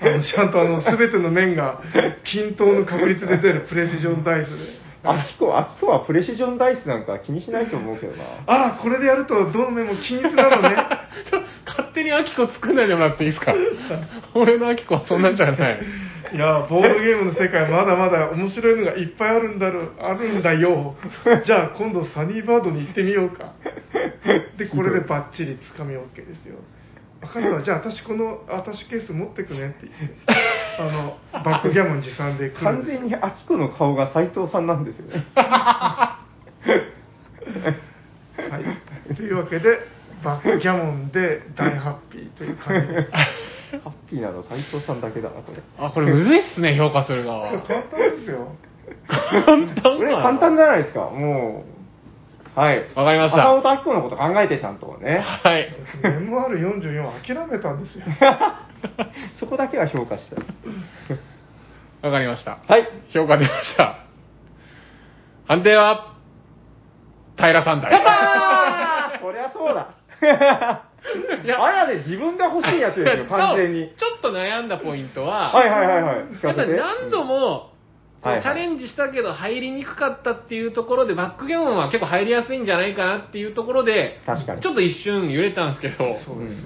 あのちゃんとあの全ての面が均等の確率で出るプレシジョンダイスであきこ、あきこはプレシジョンダイスなんか気にしないと思うけどな。あらこれでやるとどの面も均一なのねちょ勝手にアキコ作んないでもらっていいですか俺のアキコはそんなんじゃないいやーボードゲームの世界まだまだ面白いのがいっぱいあるんだろあるんだよじゃあ今度サニーバードに行ってみようかでこれでバッチリつかみ OK ですよ分かったじゃあ私この私ケース持ってくねって言ってあのバックギャモン持参で来るん完ですよ全にあきこの顔が斎藤さんなんですよね。はい、というわけでバックギャモンで大ハッピーという感じでしたハッピーなの斎藤さんだけだな、これ。あこれむずいっすね評価するの簡単ですよ簡単これ簡単じだゃないですか、もう。はい。わかりました浅尾とあきこのこと考えてちゃんと ね。はいメモある44諦めたんですよそこだけは評価したい。わかりましたはい。評価出ました判定は平さんだそりゃそう だ。いや、あやで自分が欲しいやつですよ、完全に。 ちょっと悩んだポイントは、はいはいはいはい。聞やかっせぱて何度も、こはいうはいチャレンジしたけど入りにくかったっていうところで、バックギャモンは結構入りやすいんじゃないかなっていうところで、確かにちょっと一瞬揺れたんですけど、そうですそうです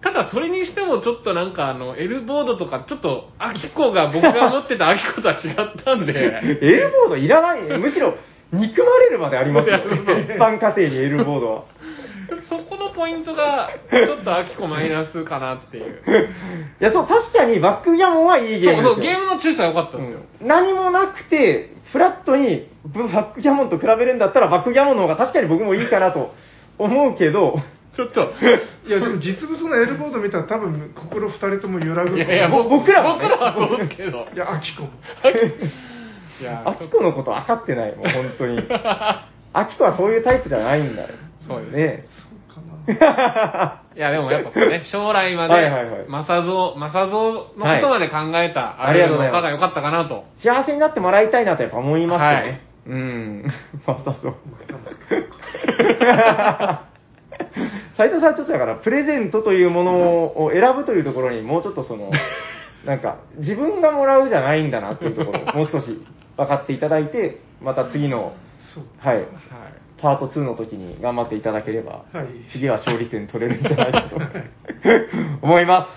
ただそれにしてもちょっとなんかあの、L ボードとか、ちょっと、アキコが、僕が持ってたアキコとは違ったん で、 L ボードいらない。むしろ、憎まれるまでありますよ。そうそう一般家庭に L ボードは。そこのポイントが、ちょっとアキコマイナスかなっていう。いや、そう、確かにバックギャモンはいいゲームですそよ。うそう、ゲームの中さ良かったんですよ。何もなくて、フラットにブバックギャモンと比べるんだったら、バックギャモンの方が確かに僕もいいかなと思うけど、ちょっと、いやでも実物の L ボード見たら多分心2人とも揺らぐいやいや、い僕 僕らはね僕らはそうですけど。やアキコも いやアキコのこと分かってない、もう本 当に。アキコはそういうタイプじゃないんだよ。そうですねそうかえ。なはいや、でもやっぱこう ね、将来まで、はいはいはいマサゾー、マサゾーのことまで考えた、はいああれりがとうございまのす方が良かったかなと。い幸せになってもらいたいなとやっぱ思いますよね。はいうん。 また そう。斉藤さんはちょっとだから、プレゼントというものを選ぶというところに、もうちょっと その、なんか、自分がもらうじゃないんだなっていうところ を、もう少し分かっていただいて、また次の、そうはい、はい。パート2の時に頑張っていただければ、はい次は勝利点取れるんじゃないか と思いま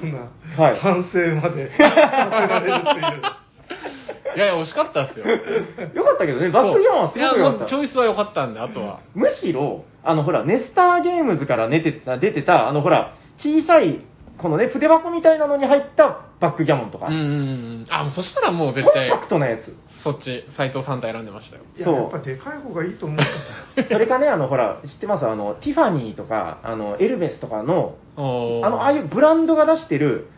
こんなはい反省ま でさせられるっていやいや、惜しかった ですよ。す。よかったけどね、バックギャモンはすごくいやよもかっうた。チョイスは良かったんで、あとは。むしろ、あの、ほら、ネスターゲームズから出てた、出てた、あの、ほら、小さい、このね、筆箱みたいなのに入ったバックギャモンとか、うんうんうん。あ、もうそしたらもう絶コン対 パ、クトなやつ。そっち、斎藤さんと選んでましたよ。いういやそうやっぱでかい方がいいと思うそれかね、あの、ほら、知ってますあの、ティファニーとか、あの、エルメスとかの、おーあの、ああいうブランドが出してる、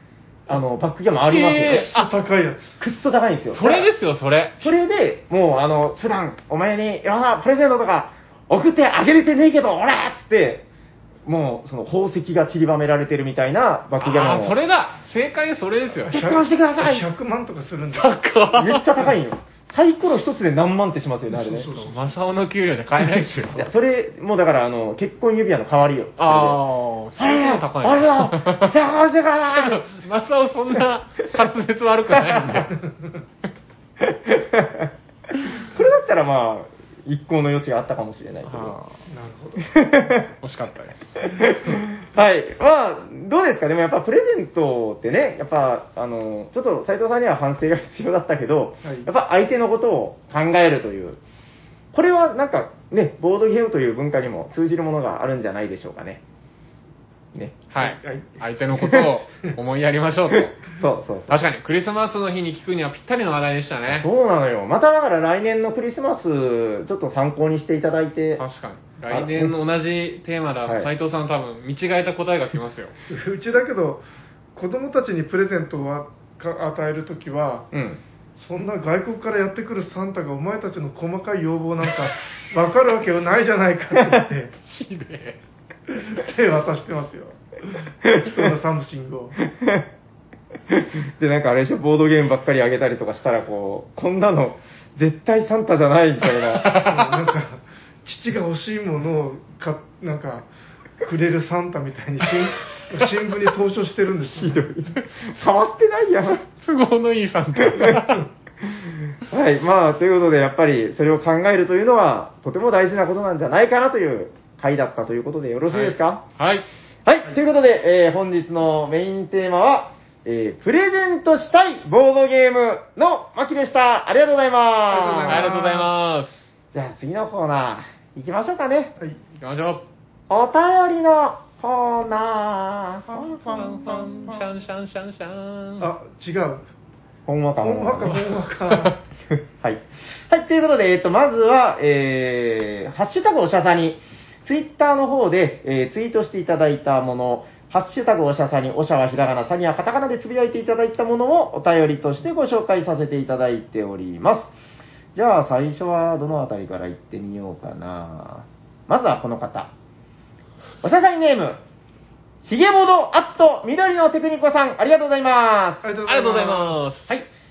あの、バックギャモンありますよ。えあ高いやつくっそ高いんですよ。それですよ、それ。それで、もう、あの、普段、お前にいろんなプレゼントとか送ってあげれてねえけど、おらっつって、もう、その宝石が散りばめられてるみたいなバックギャモンあを。ー、それだ正解それですよ。結婚してください100万とかするんだ高っめっちゃ高いんよ。サイコロ一つで何万ってしますよね、あれね。そうそうそうマサオの給料じゃ買えないですよ。いや、それ、もうだから、あの、結婚指輪の代わりよ。ああ、それで。そあう高い俺は、な。結 婚してくださいマサオそんな滑舌悪くないんで。これだったらまあ、一向の余地があったかもしれないけど。ははなるほど惜しかったです。 い。まあ、どうですかでもやっぱプレゼントってね、やっぱ、あの、ちょっと斎藤さんには反省が必要だったけど、はいやっぱ相手のことを考えるという、これはなんかね、ボードゲームという文化にも通じるものがあるんじゃないでしょうかね。 ね。はいはい。相手のことを思いやりましょうと。 そうそうそう。確かに、クリスマスの日に聞くにはぴったりの話題でしたね。そうなのよ。まただから来年のクリスマス、ちょっと参考にしていただいて。確かに。来年の同じテーマだは。い斉藤さん多分見違えた答えが来ますよ。うちだけど子供たちにプレゼントはか与える時はうん。そんな外国からやってくるサンタがお前たちの細かい要望なんか分かるわけはないじゃないかってひでえ言って手渡してますよそんなサムシングをで、なんかあれでしょ、ボードゲームばっかりあげたりとかしたら、こう、こんなの、絶対サンタじゃないみたいな。そ うなんか父が欲しいものをかなんかくれるサンタみたいに新新聞に投書してるんですよ触ってないやん。都合のいいサンタ。はい、まあ、ということで、やっぱり、それを考えるというのは、とても大事なことなんじゃないかなという回だったということで、よろしいですか、はい。はい、ということで、えー本日のメインテーマは、えープレゼントしたいボードゲームのマキでした。ありがとうございます。ありがとうございます。じゃあ次のコーナー、行きましょうかね。はい行きましょう。お便りのコーナー。ファンファン、シャンシャンシャンシャン。あ違うほんわかほんわかほんわか はい。はい、ということで、えっと、まずは、えー、ハッシュタグおしゃさに、ツイッターの方で、えーツイートしていただいたもの、ハッシュタグおしゃさに、おしゃはひらがな、さにはカタカナでつぶやいていただいたものをお便りとしてご紹介させていただいております。じゃあ、最初はどのあたりから行ってみようかな。まずはこの方。おしゃさにネーム、ひげぼどアット緑のテクニコさん、ありがとうございます。あり ありがとうございまはい、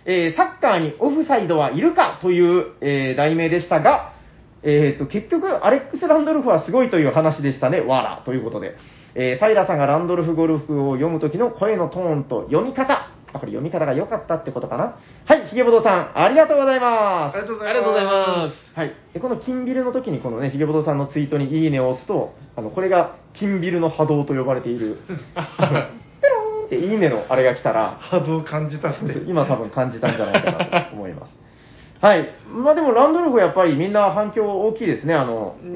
えーサッカーにオフサイドはいるかという、えー題名でしたが、えー、と結局、アレックス・ランドルフはすごいという話でしたね、わらということで、えー平さんがランドルフゴルフを読む時の声のトーンと読み方、あこれ読み方が良かったってことかな、はい、ひげぼどさん、ありがとうございますあり。がとうごす。ざいあますりがとうございます。はい、でこの金ビルの時にこのね、ひげぼどさんのツイートにいいねを押すと、あのこれが金ビルの波動と呼ばれてい る、ペローンっていいねのあれが来たら、波動を感じたって今多分感じたんじゃないかなと思います。 はい。まあでもランドルフはやっぱりみんな反響大きいですね、あの、ううん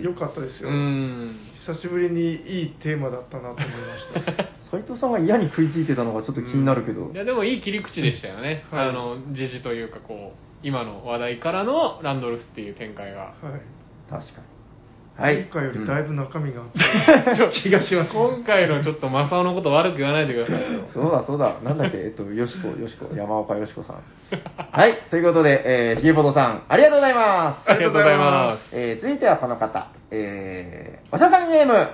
ん、良かったですうよ、ーん。久しぶりにいいテーマだったなと思いま した斉藤さんは嫌に食いついてたのがちょっと気になるけどい、や、でもいい切り口でしたよね。はいあの、時事というか、こう、今の話題からのランドルフっていう展 開が。はい、確かに。はい。今回よりだいぶ中身があって、気がします。今回のちょっとマサオのこと悪く言わないでくださいよ。そうだそうだ、なん だっけ、えっと、よしこ、よしこ、山岡よしこさん。はい、ということで、えー、ひげぼとさん、ありがとうございます。ありがとうございます。えー、続いてはこの方、えー、おしゃさんゲーム、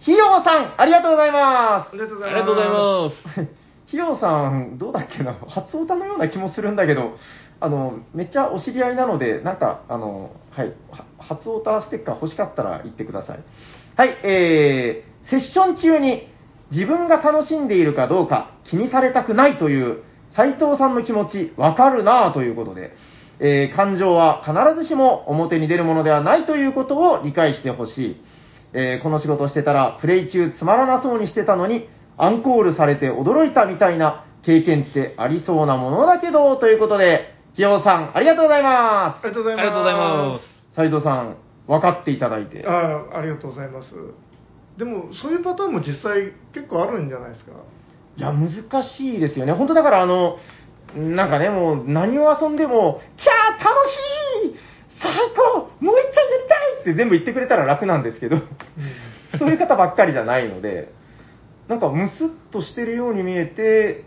ひようさん、ありがとうございまあすり。がとうごあざいますりがとうございます。ひよさん、どうだっけな、初オタのような気もするんだけど、あの、めっちゃお知り合いなので、なんか、あの、はい、は初オタステッカー欲しかったら言ってください。はい、えー、セッション中に自分が楽しんでいるかどうか気にされたくないという、斉藤さんの気持ち、わかるなぁということで、えー感情は必ずしも表に出るものではないということを理解してほしい。えーこの仕事をしてたら、プレイ中つまらなそうにしてたのに、アンコールされて驚いたみたいな経験ってありそうなものだけど、ということで、きよさん、ありがとうございまありがとうござあいりますがとうございます。す。斉藤さん、分かっていただいて。あありがとうございますでもそういうパターンも実際結構あるんじゃないですかいや、難しいですよね。本当だから、あの、なんかね、もう何を遊んでも、キャー楽しい最高もう一回やりたいって全部言ってくれたら楽なんですけど、そういう方ばっかりじゃないので、なんかムスッとしてるように見えて、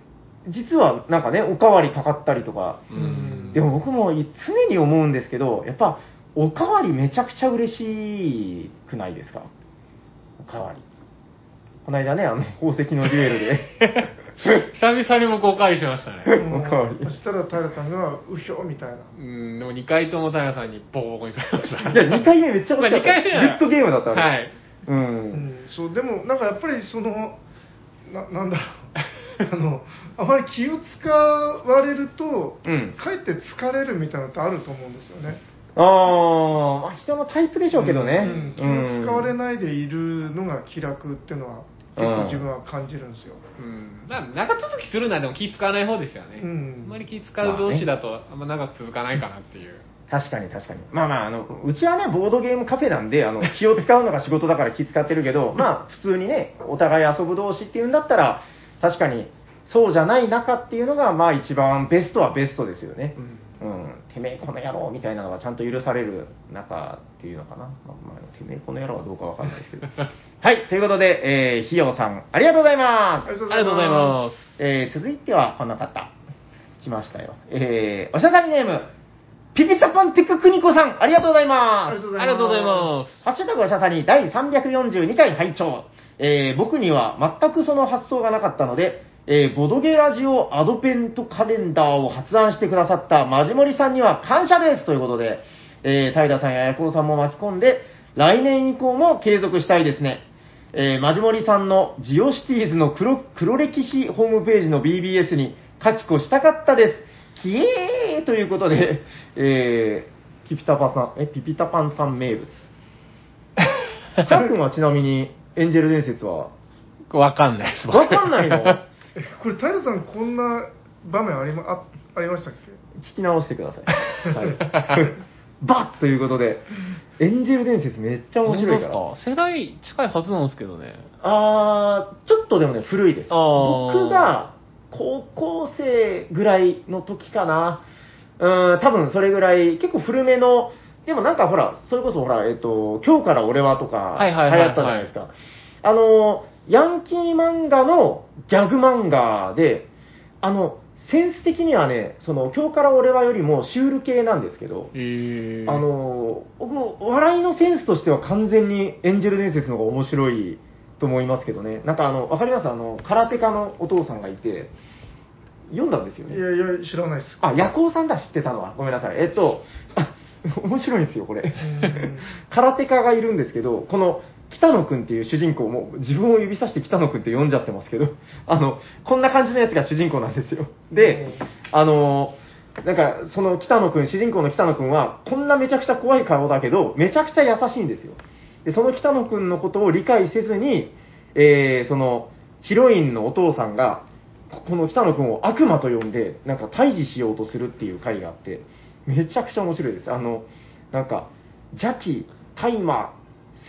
実はなんかね、おかわりかかったりとか、ううんんでも僕もい常に思うんですけど、やっぱ、おかわりめちゃくちゃ嬉しくないですかおかわり。この間ね、あの、宝石のデュエル で。久々に僕おかわりしましたね。お かわりそしたら平さんが「うひょ」みたいなうん、でも2回とも平さんにボコボコにされました。いや、2回目めっちゃ惜しかった。まあ二回目はグッドゲームだったあれはい。う。うんんそうでもなんかやっぱりそのななんだろう あのあまり気を使われると、うんかえって疲れるみたいなのってあると思うんですよねあーまあ、人のタイプでしょうけどうね。ん、気を使われい。ないでいるのが気楽っていうのは結構自分は感じるんですよ、うん、だから長続きするならでも気使わない方ですよね、うんあんまり気使う同士だとあんま長く続かないかなっていう、確かに確かに。まあまあ、あの、うちはね、ボードゲームカフェな んで、あの、気を使うのが仕事だから気使ってるけど、まあ、普通にね、お互い遊ぶ同士っていうんだったら、確かに、そうじゃない中っていうのが、まあ一番ベストはベストですよね。うん、てめえこの野郎みたいなのがちゃんと許される中っていうのかな、まあまあてめえこの野郎はどうかわかんないですけ どはいということで、えー、ひよさんありがとうございますありがとうございますありがとうございますえー続いてはこの方来ましたよえー、おしゃさりネームピピタパンティッククニコさんありがとうございまありがとうございますありがとうございまハッシュタグおしゃさに第342回拝聴。えー僕には全くその発想がなかったので、えーボドゲラジオアドベントカレンダーを発案してくださったマジモリさんには感謝ですということで、えー、平さんやヤコウさんも巻き込んで、来年以降も継続したいですね。えー、マジモリさんのジオシティーズの黒黒歴史ホームページの BBS に書き越したかったです。キエーということで、えー、ピピタパさん、え、ピピタパンさん名物。シャー君はちなみに、エンジェル伝説は、すわかんないですわかん ないのえこれ平さんこんな場面ありまあありましたっけ聞き直してください。はい、バッということで、エンジェル伝説めっちゃ面白いから。世代近いはずなんですけどねあー、ちょっとでもね、古いです。あー僕が高校生ぐらいの時かな。うん、多分それぐらい、結構古めの、でもなんかほら、それこそほら、えっ、と、今日から俺はとか、は流いはいはいはい行ったじゃないですか。あの、ヤンキー漫画のギャグ漫画で、あの、センス的にはね、その、今日から俺はよりもシュール系なんですけど、えあの僕、笑いのセンスとしては完全にエンジェル伝説の方が面白いと思いますけどね、なんかあの、わかりますあの、空手家のお父さんがいて、読んだんですよいね。やいや知らないですあ、夜行さんだ、知ってたのは。ごめんなさい。えっと、あ面白いんですよ、これ。うん 空手家がいるんですけど、この北野くんっていう主人公も、自分を指さして北野くんって読んじゃってますけど、あの、こんな感じのやつが主人公なんですよ。で、あの、なんか、その北野くん、主人公の北野くんは、こんなめちゃくちゃ怖い顔だけど、めちゃくちゃ優しいんですよ。で、その北野くんのことを理解せずに、えー、その、ヒロインのお父さんが、ここの北野くんを悪魔と呼んで、なんか退治しようとするっていう回があって、めちゃくちゃ面白いです。あの、なんか、邪気、大麻、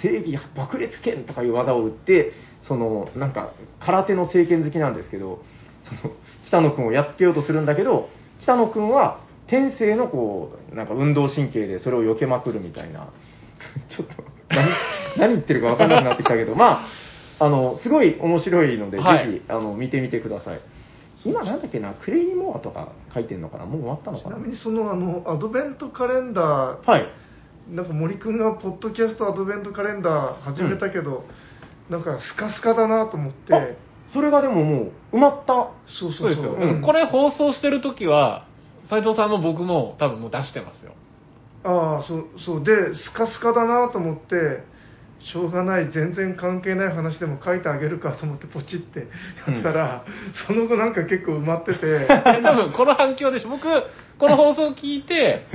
正義、爆裂剣とかいう技を打って、その、なんか、空手の聖剣好きなんですけど、その、北野くんをやっつけようとするんだけど、北野くんは、天性のこう、なんか運動神経でそれを避けまくるみたいな、 ちょっと何、何言ってるか分かんなくなってきたけど、まあ、あの、すごい面白いので、はいぜひ、あの、見てみてください。今なんだっけな、クレイモアとか書いてんのかなもう終わったのちかななみにそのあのアドベントカレンダーはい。なんか森くんがポッドキャストアドベントカレンダー始めたけど、なんかスカスカだなと思ってあそれがでももう埋まった。そうそそううですそううよ、んこれ放送してる時は斉藤さんも僕も多分もう出して ますよああそうそうでスカスカだなと思ってしょうがない全然関係ない話でも書いてあげるかと思ってポチってやったら、その後なんか結構埋まってて多分この反響でしょ僕この放送聞いて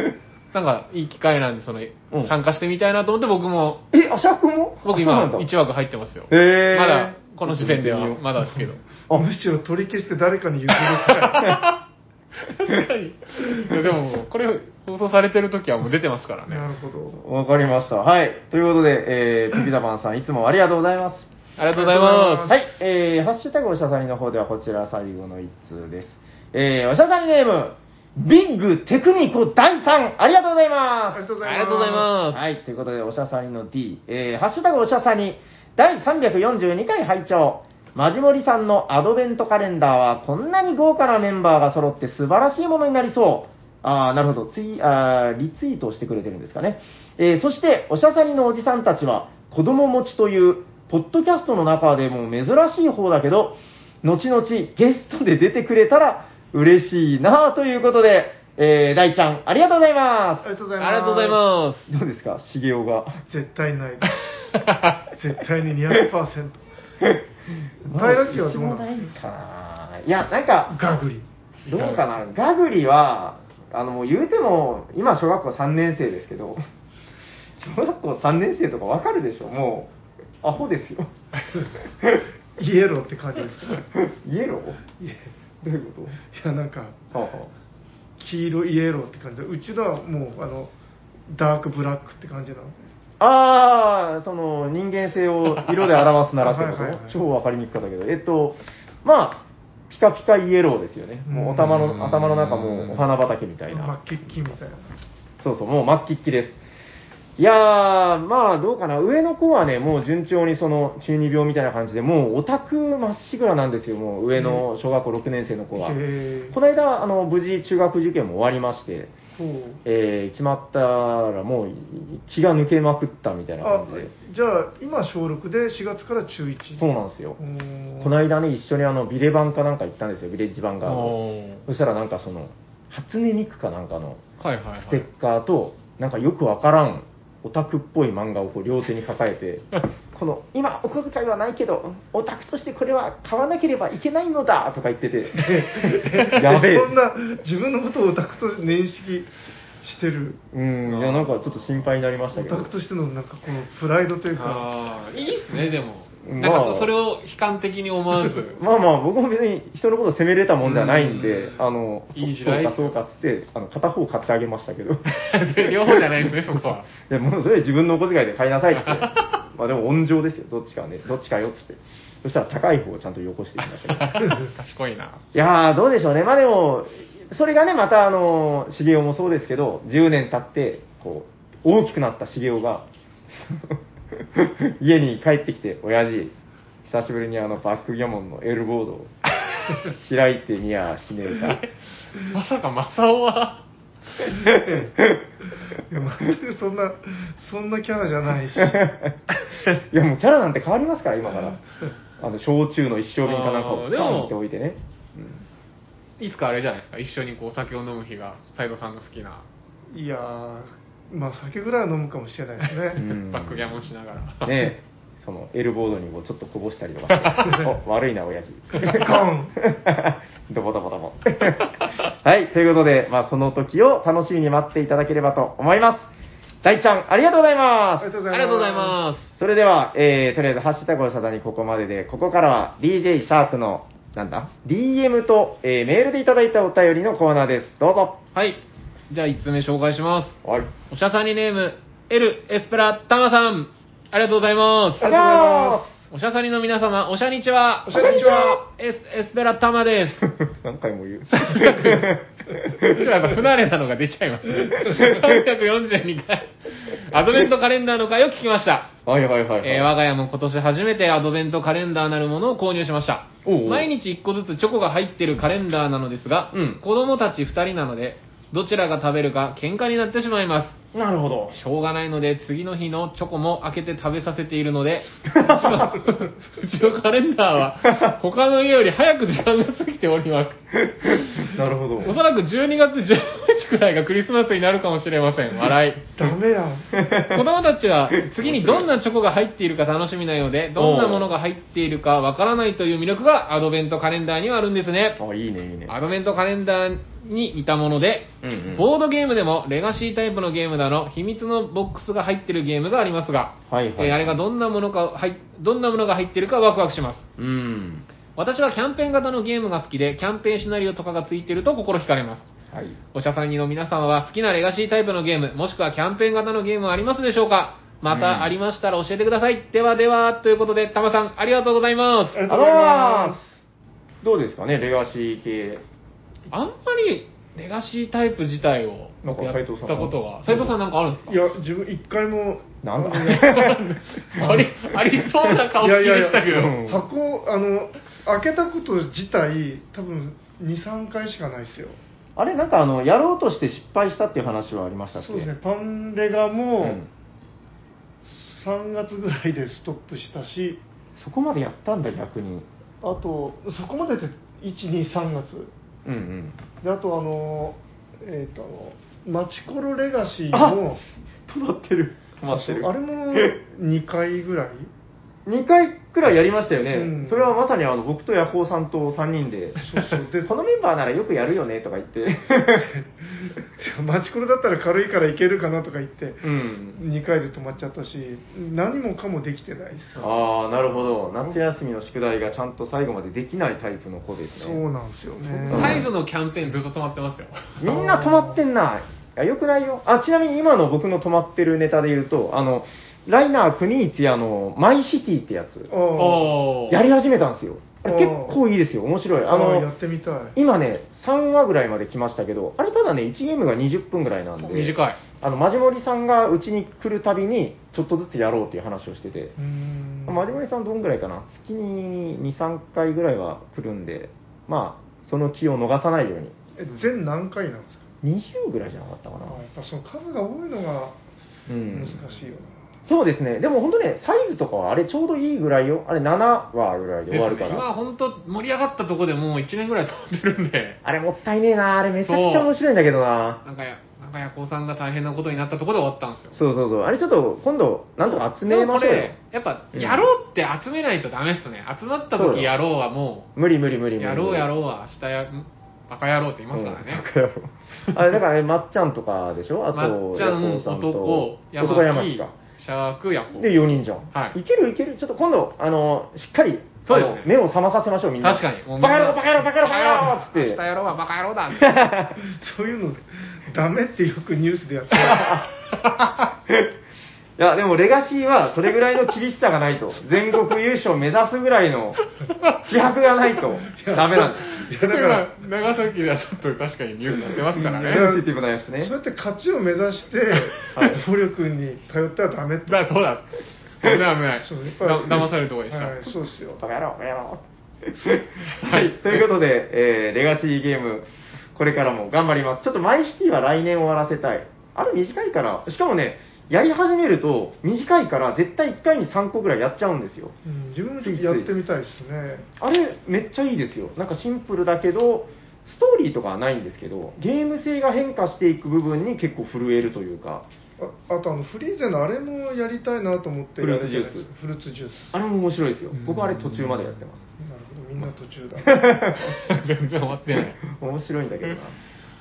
なんかいい機会なんでその、うん参加してみたいなと思って僕もえ、アシャー君も僕今あそうなん1だ枠入ってますよ、へーまだこの時点でちょっと見てみはようまだですけどあむしろ取り消して誰かに譲る か確かにいやでももうこれ放送されてる時はもう出てますかららなねるほどわかりました。はい。ということで、えー、ピピタパンさん、いつもありがとうございます。ありがとうございまはい、えー、ハッシュタグおしゃさりの方ではこちら最後の1通です。えー、おしゃさりネーム、ビッグテクニコ第3、ありがとうございまあす。りがとうごすざいますありがとうございます、はい、ということで、おしゃさりの D、えー、ハッシュタグおしゃさり、第342回拝聴マジモリさんのアドベントカレンダーは、こんなに豪華なメンバーが揃って素晴らしいものになりそう。あーなるほど。ツイあーリツイートをしてくれてるんですかね。えーそして、おしゃさりのおじさんたちは、子供持ちという、ポッドキャストの中でも珍しい方だけど、後々ゲストで出てくれたら嬉しいなあということで、えー、大ちゃん、ありがとうございますあり。がとうございますありがとうございますどうですか、茂雄が。絶対ないです 絶対に200%平家はどうなんですかないや、なんか、かガグリどうかな、ガグリは、あの、もう言うても、今小学校3年生ですけど、小学校3年生とかわかるでしょもう、アホです よ。イエローって感じですかイエローいやいどういうこやなんかとはあは黄色イエローって感じでうちのはもうあのダークブラックって感じなのでああー、その人間性を色で表すならってことはいはいはい超わかりにくかったけど、えっと、まあ、ピカピカイエローですよね。もうお頭うんの頭の中もうお花畑みたいマなッ。キッキみたいなそうそう、もう末期っきです。いやー、まあどうかな、上の子はね、もう順調にその中二病みたいな感じで、もうオタクまっしぐらなんですよ、もう上の小学校6年生の子は。へーこの間、あの無事中学受験も終わりまして、ほうえー決まったらもう気が抜けまくったみたいなあ感じで。じゃあ今小6で4月から中1そうなんですよ。んこの間ね、一緒にあのビレバンかなんか行ったんですよ、ビレッジバンガード。おーそしたらなんかその、初音ミクかなんかのはいはいはいステッカーと、なんかよくわからんオタクっぽい漫画をこう両手に抱えて、この今、お小遣いはないけど、オタクとしてこれは買わなければいけないのだとか言ってて、やべえ そ。んな自分のことをオタクと認識してるうん、いや、なんかちょっと心配になりましたオけど。タクとしてのなんかこのプライドというかああいいっすねでもうんなんかまあそそれを悲観的に思わ ずまあまあ、僕も別に人のことを責めれたもんじゃないんで、うんあの、いい時そ代うかそうかっつって、あの、片方買ってあげましたけど。両方じゃないですねそこはでもうそれ自分のお小遣いで買いなさいっつって。 まあでも温情ですよ、どっちかね、どっちかよっつって。そしたら高い方をちゃんとよこしていきましたけど賢いないやー、どうでしょうね。まあでも、それがね、またあの、茂雄もそうですけど、10年経って、こう、大きくなった茂雄が、 家に帰ってきて、親父、久しぶりにあの、バックギャモンのエルボードを開いてみやしねえか。まさかマサオはいや全 くそんなそんなキャラじゃ ないしいやもうキャラなんて変わりますから、今 から。あの、焼酎の一升瓶かなんかあをーでもドンって置いて ね。いつかあれじゃないですか一緒にこうお酒を飲む日が斎藤さんの好きないやーまあ酒ぐらいは飲むかもしれないですね、うんバックギャモンしながねらえ、その、エルボードにこうちょっとこぼしたりとかして、 お悪いな、親父。 ガンドボドボド ボ。はい、ということで、まあ、その時を楽しみに待っていただければと思います。大ちゃん、ありがとうございあまりがす。とうございますありがとうございますそれでは、えー、とりあえず、ハッシュタグをさだにここまでで、ここからは DJ シャープの、なんだ ?DM と、えーメールでいただいたお便りのコーナーです。どうぞ。はい。じゃあ1つ目紹介します。はい。おしゃさにネーム、エル・エスペラ・タマさん。ありがとうございま。ありがとうございますおしゃさにの皆様、おしゃにちは。おしゃにちは。エスエスペラ・タマです。何回も言 う。ちょっとやっぱ不慣れなのが出ちゃいますね。342回。アドベントカレンダーの回を聞きました。はいはいはい、はい。えー我が家も今年初めてアドベントカレンダーなるものを購入しましたおうおう毎日1個ずつチョコが入ってるカレンダーなのですが、うん子供たち2人なのでどちらが食べるか喧嘩になってしまいま なるほど。すしょうがないので次の日のチョコも開けて食べさせている のでうちのうちのカレンダーは他の家より早く時間が過ぎておりますなるほど。おそらく12月15日くらいがクリスマスになるかもしれません笑いダメやん 子供たちは次にどんなチョコが入っているか楽しみなようで、どんなものが入っているかわからないという魅力がアドベントカレンダーにはあるんですね。あ、いいね、いいね。アドベントカレンダーに似たもので、うんうんボードゲームでもレガシータイプのゲームだの、秘密のボックスが入っているゲームがありますが、はいはい。えーあれがどんなものか入っ、どんなものが入っているかワクワクします。うん。私はキャンペーン型のゲームが好きで、キャンペーンシナリオとかがついていると心惹かれます。はい。おしゃさんにの皆様は好きなレガシータイプのゲーム、もしくはキャンペーン型のゲームはありますでしょうかまうんたありましたら教えてください。ではでは、ということで、たまさん、ありがとうございますあ。りがとうございまあらーどうですかね、レガシー系。あんまりレガシータイプ自体をなんかやっ斉藤さんたことは、斉藤さんなんかあるんですか いや自分一回もなんだあ のあり、ありそうな顔つきでしたけいやいやいやど。うん箱あの開けたこと自体多分23回しかないですよあれ、なんかあの、やろうとして失敗したっていう話はありましたっけそうですね。パンレガもうん3月ぐらいでストップしたしそこまでやったんだ、逆に。あとそこまでで123月うんうん。であとあのえっ、とあのマチコロレガシーあも止まってる。止まっそてう る。そうあれも2回ぐらい2回くらいやりましたよね、うんそれはまさにあの僕とヤホーさんと3人でそう そうでこのメンバーならよくやるよねとか言って、 マチコロだったら軽いからいけるかなとか言って、うん、 2回で止まっちゃったし何もかもできてないっすああなるほど夏休みの宿題がちゃんと最後までできないタイプの子ですねそうなんですよね再度のキャンペーンずっと止まってますよ。みんな止まってんな。いや、よくないよ。あ、ちなみに今の僕の止まってるネタで言うと、あの、ライナー・クニーツィアのマイシティってやつ、あおーやり始めたんですよ。あれおー結構いいですよ。面白い。ああああやのっ、てみたい今ね、3話ぐらいまで来ましたけど、あれただね、1ゲームが20分ぐらいなんで、短い。あの、マジモリさんがうちに来るたびに、ちょっとずつやろうっていう話をしてて、うーんマジモリさんどんぐらいかな月に2、3回ぐらいは来るんで、まあ、その気を逃さないように。え全何回なんですか20ぐらいじゃなかったかあな。やっぱその数が多いのがうん難しいよな、そうですね、でも本当ね、サイズとかはあれちょうどいいぐらいよ、あれ7話ぐらいで終わるかですね今ら、本当盛り上がったとこでもう1年ぐらい止まってるんで、あれもったいねえな、あれめちゃくちゃ面白いんだけどな、なんかや、なんかヤコウさんが大変なことになったとこで終わったんですよ。そうそうそう、あれちょっと今度、なんとか集めましょうでもよこ、れやっぱ、うんやろうって集めないとダメっすね。集まったそう時よやろうはも無理無理無理う、無理、やろうやうろうは明日や、んバカ野郎って言いますからんねバ。カ野郎あれだからね、まっちゃんとかでしょ、あと、まっちゃん、ヤコウさんと男、男山山木木か、、シャーク、ヤコウ。で、4人じゃん、はいけるいける、ちょっと今度、あのしっかり、そうですねあの目を覚まさせましょう、みんな、確かに。もうみんバなカ野郎、バカ野郎、バカ野郎、バカ野郎っつっ明て日。やろうはバカ野郎だって。 そういうのダメってよくニュースでやってるいや、でもレガシーはそれぐらいの厳しさがないと。全国優勝目指すぐらいの気迫がないとダメなんです。いやだから今 長崎ではちょっと確かにニュースやってますからセンね。シティブなや つねそう。やって勝ちを目指して、 はい暴力に頼ってはダメってだそうだ。危ない危ない。そうやっぱりだ騙されるとこでした。はい、そうですよバカ野郎、バカ野 郎。はい、ということで、えーレガシーゲーム、これからも頑張ります。ちょっとマイシティは来年終わらせたい。あれ短いから、しかもね、やり始めると短いから絶対1回に3個ぐらいやっちゃうんですよ。うん自分もちょっとやってみたいですねあれ、めっちゃいいですよ。なんかシンプルだけど、ストーリーとかはないんですけど、ゲーム性が変化していく部分に結構震えるというか、ああとあのフリーゼのあれもやりたいなと思ってフルーツジューやれてないスですフルーツジュースあれも面白いですよ。僕あれ途中までやって ます。なるほどみんな途中だ全然終わってない。面白いんだけどな。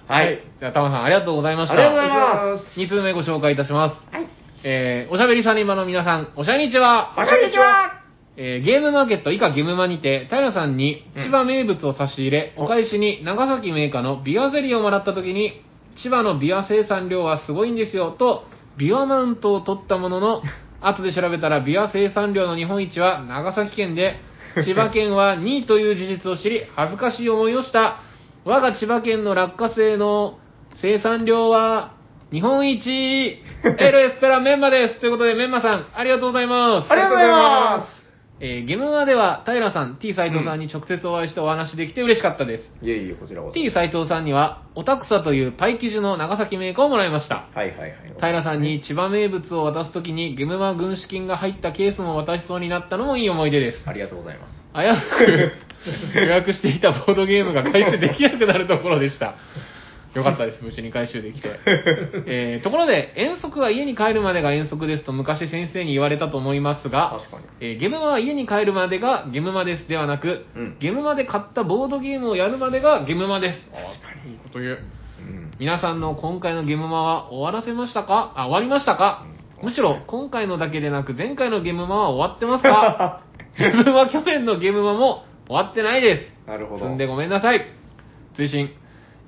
はい。。じゃあ、タマさんありがとうございました。ありがとうございま2通目ご紹介いたします。はい。えー、おしゃべりサニバの皆さん、おしゃにちは。こんにちはえーゲームマーケット以下ゲームマにて、平さんにうん千葉名物を差し入れ、おお返しに長崎メーカーのビアゼリーをもらった時に、千葉のビア生産量はすごいんですよと、ビアマウントを取ったも のの、後で調べたらビア生産量の日本一は長崎県 で、千葉県は2位という事実を知り、恥ずかしい思いをした。我が千葉県の落花生の生産量は日 本一、エルエスペラメンマです。ということでメンマさん、ありがとうございます。ありがとうございまえーゲームマでは平さん、T 斎藤さんに直接お会いしてお話できて嬉しかったです。すいえいえ、こちらこそ。 T 斎藤さんには、オタクサというパイ生地の長崎メーカーをもらいました。はいはいはい。平さんに千葉名物を渡すときにゲムマ軍資金が入ったケースも渡しそうになったのもいい思い出です。ありがとうございます。危うく予約していたボードゲームが回収できなくなるところでした。よかったです、無事に回収できて。えーところで、遠足は家に帰るまでが遠足ですと昔先生に言われたと思いますが、確かに。えーゲムマは家に帰るまでがゲムマですではなく、うんゲムマで買ったボードゲームをやるまでがゲムマです。確かに。いいこと言う。うん。皆さんの今回のゲムマは終わらせましたかあ、終わりましたかうんむしろ、今回のだけでなく、前回のゲムマは終わってま すか自分は去年のゲムマも終わってないです。なるほど。積んでごめんなさい。追伸。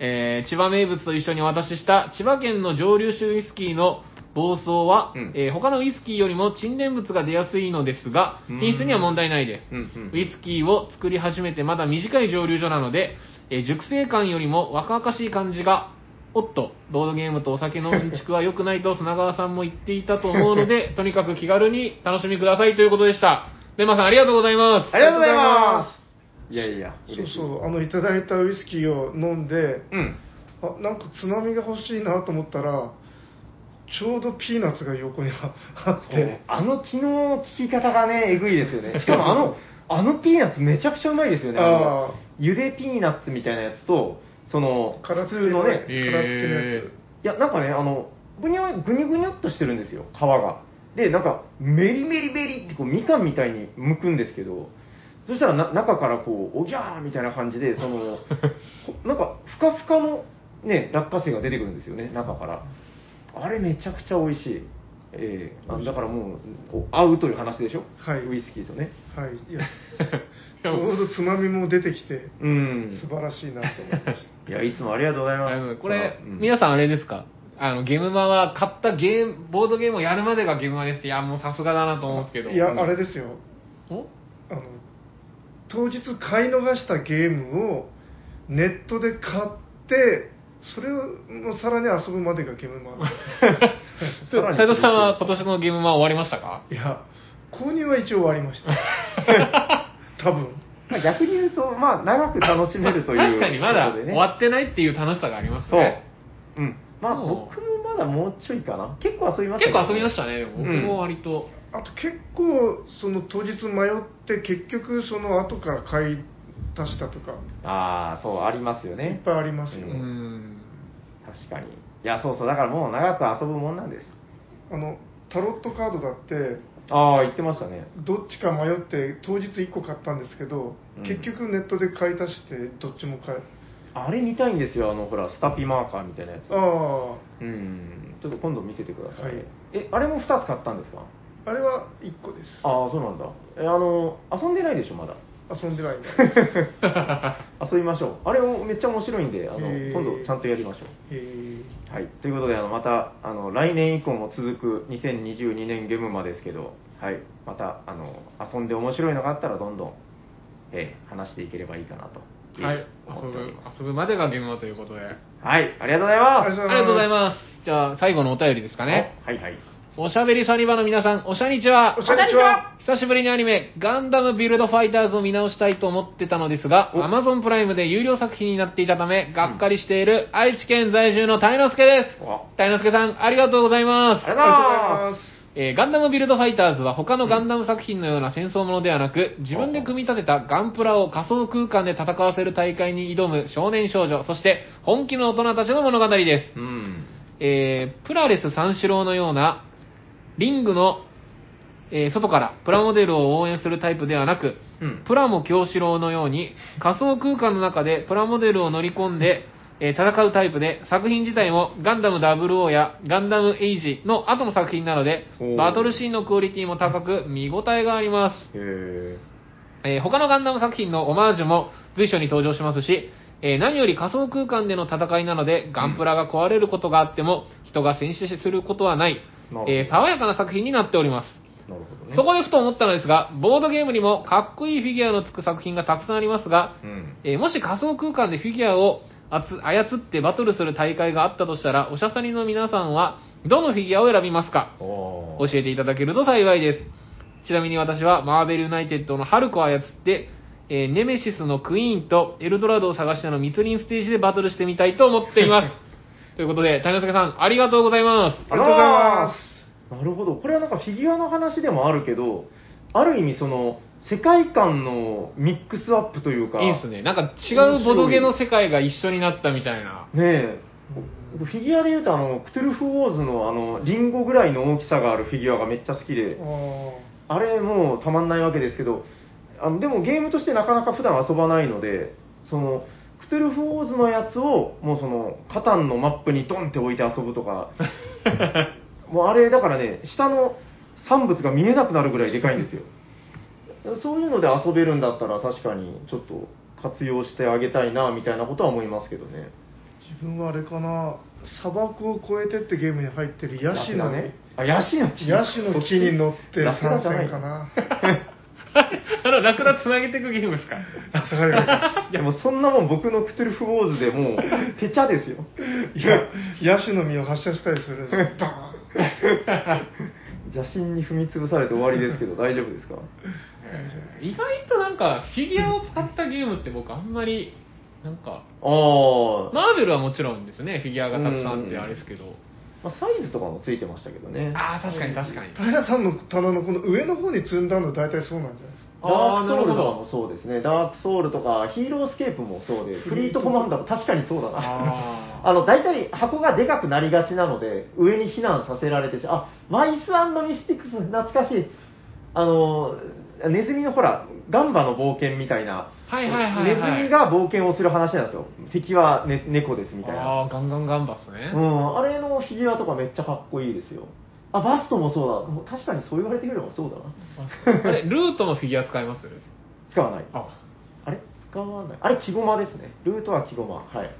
えー、千葉名物と一緒にお渡しした、千葉県の蒸留酒ウイスキーの暴走は、うんえー他のウイスキーよりも沈殿物が出やすいのですが、うん品質には問題ないです。うんうん。ウイスキーを作り始めてまだ短い蒸留所なので、えー熟成感よりも若々しい感じが、おっと、ボードゲームとお酒のうんちくは良くないと砂川さんも言っていたと思う ので、とにかく気軽に楽しみくださいということでした。デマさんありがとうございます。ありがとうございます。いやいや、そう嬉しい。そうあのいただいたウイスキーを飲んでうん。あなんかつまみが欲しいなと思ったらちょうどピーナッツが横にああっそうてあの昨日の聞き方がね、えぐいで すよね。しかもあの、あのピーナッツめちゃくちゃうまいですよね。あのああゆでピーナッツみたいなやつと、その、殻普付通きののね殻ね、付きのやえついや、なんかね、あの、ぐにゃぐにゃぐにゃっとしてるんですよ、皮が。で、なんか、メリメリメリってこう、みかんみたいに剥くんですけど、そしたらな中からこう、おぎゃーみたいな感じで、その、こなんか、ふかふかのね、落花生が出てくるんですよね、中から。あれめちゃくちゃ美味しい。ええあだからもう、お合うという話でしょはいウイスキーとね。はいい やちょうどつまみも出てきてうん。素晴らしいなと思いましいや、いつもありがとうございあまのす。これ、さあうん皆さんあれですかあの、ゲームマは買ったゲーム、ボードゲームをやるまでがゲームマですって、いや、もうさすがだなと思うんですけど。たいやあれですよおあの当日買い逃したゲームをネットで買ってそれをさらに遊ぶまでがゲームマンさらに斉藤さんは今年のゲームマ終わりました かいや購入は一応終わりました多分まあ逆に言うと、まあ、長く楽しめるという、まあ 確かにまだことでね終わってないっていう楽しさがありますそうね。。うん。まあ、そう僕もまだもうちょいかな。結構遊びましたけ結ど構遊びましたね、でもうん僕も割と。あと結構その当日迷って結局その後から買い足したとかああ、そう、ありますいよっね。ぱいありますよ、ううんん。確かに。いや、そうそう。だからもう長く遊ぶもんなんです。あのタロットカードだってああ、言ってましたね。どっちか迷って当日1個買ったんですけど、うん結局ネットで買い足してどっちも買えあれ見たいんですよ。あの、ほら、スタピマーカーみたいなやつ。あうん。ちょっと今度見せてください。はいえ、あれも2つ買ったんですかああれは1個ですああ、そうなんだ。え、あの、遊んでないでしょ、まだ。遊んでないんだ 遊びましょう。あれもめっちゃ面白いんで、あの、へー今度ちゃんとやりましょう。えはい、ということで、あのまたあの来年以降も続く2022年ゲームマですけど、はい、またあの遊んで面白いのがあったら、どんどん、えー話していければいいかなと、はい。思遊っておりぶま、遊ぶまでがゲームマということで。あす。はい、ありがとうございます。ありがりがとうございます。じゃあ、最後のお便りですかね。おはいはい。おしゃべりサニバの皆さん、おしゃにちは。おしゃにちは久しぶりにアニメ、ガンダムビルドファイターズを見直したいと思ってたのですが、お Amazon プライムで有料作品になっていたため、がっかりしている愛知県在住のタイノスケです。おタイノスケさん、ありがとうございます。ありありがとうございがとうございま。ますすえーガンダムビルドファイターズは他のガンダム作品のような戦争ものではなく、自分で組み立てたガンプラを仮想空間で戦わせる大会に挑む少年少女、そして本気の大人たちの物語です。うん。えープラレス三四郎のような、リングの、えー外からプラモデルを応援するタイプではなく、うん。プラモ京四郎のように、仮想空間の中でプラモデルを乗り込んで、えー戦うタイプで、作品自体もガンダム00やガンダムエイジの後の作品なのでおー、バトルシーンのクオリティも高く、見応えがあります。へえー他のガンダム作品のオマージュも随所に登場しますし、えー何より仮想空間での戦いなので、ガンプラが壊れることがあっても、人が戦死することはないなるほ、どえー爽やかな作品になっております。ーなるほどね。そこでふと思ったのですが、ボードゲームにもかっこいいフィギュアのつく作品がたくさんありますが、うん。えーもし仮想空間でフィギュアをあつ操ってバトルする大会があったとしたら、おしゃさりの皆さんは、どのフィギュアを選びますかお教ーえていただけると幸いです。ちなみに私はマーベルユナイテッドのハルコを操って、えーネメシスのクイーンとエルドラドを探しての密林ステージでバトルしてみたいと思ってい ます。ということで、谷之助さん、ありがとうございます。ありがとうございまなるほど。これはなんかフィギュアの話でもあるけど、ある意味その、世界観のミックスアップというか、いいっすね。なんか違うボドゲの世界が一緒になったみたいな。ねえフィギュアでいうとあのクトゥルフ・ウォーズのあのリンゴぐらいの大きさがあるフィギュアがめっちゃ好きでああれもうたまんないわけですけどあのでもゲームとしてなかなか普段遊ばないのでそのクトゥルフ・ウォーズのやつをもうそのカタンのマップにドンって置いて遊ぶとかもうあれだからね下の産物が見えなくなるぐらいでかいんですよそういうので遊べるんだったら確かにちょっと活用してあげたいなみたいなことは思いますけどね自分はあれかな砂漠を越えてってゲームに入ってるヤシのね。あ、ヤシの木。ヤシの木に乗ってラクダ参じゃない戦か。 な あの、ラクダ繋げていくゲームですかはいや、もうそんなもん僕のクトゥルフウォーズで もう、ペチャですよ。いいやヤシの実を発射したりするんですよバーン邪神に踏み潰されて終わりですけど、大丈夫ですか意外となんか、フィギュアを使ったゲームって僕あんまり、なんか、ああ、マーベルはもちろんですね、フィギュアがたくさんってあれですけど。まあ、サイズとかもついてましたけどね。ああ、確かに確かに。平さんの棚のこの上の方に積んだの大体そうなんじゃないですかダーあークなソウるルほとかもど。そうですね。ダークソウルとか、ヒーロースケープもそうで、フリートコマンダーも確かにそうだな。あー あの、大体箱がでかくなりがちなので、上に避難させられてし、あ、マイスミスティックス、懐かしい。あの、ネズミのほら、ガンバの冒険みたいな、はいはいはいはいネズミが冒険をする話なんですよ。敵は、ね、猫ですみたいな。ああ、ガンガンガンバスね。うん、あれのフィギュアとかめっちゃかっこいいですよ。あ、バストもそうだ。確かにそう言われてみればそうだな。あれ、ルートのフィギュア使います 使わない。ああ、れ使わない。あれ、木駒ですね。ルートは木駒。はい。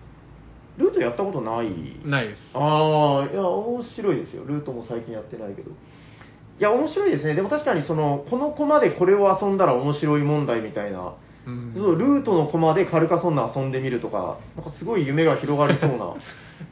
ルートやったことない。ないです。ああ、いや、面白いですよ。ルートも最近やってないけど。いや、面白いですね。でも確かに、その、この駒でこれを遊んだら面白い問題みたいな。うんそうルートの駒でカルカソンヌ遊んでみるとか、なんかすごい夢が広がりそう な。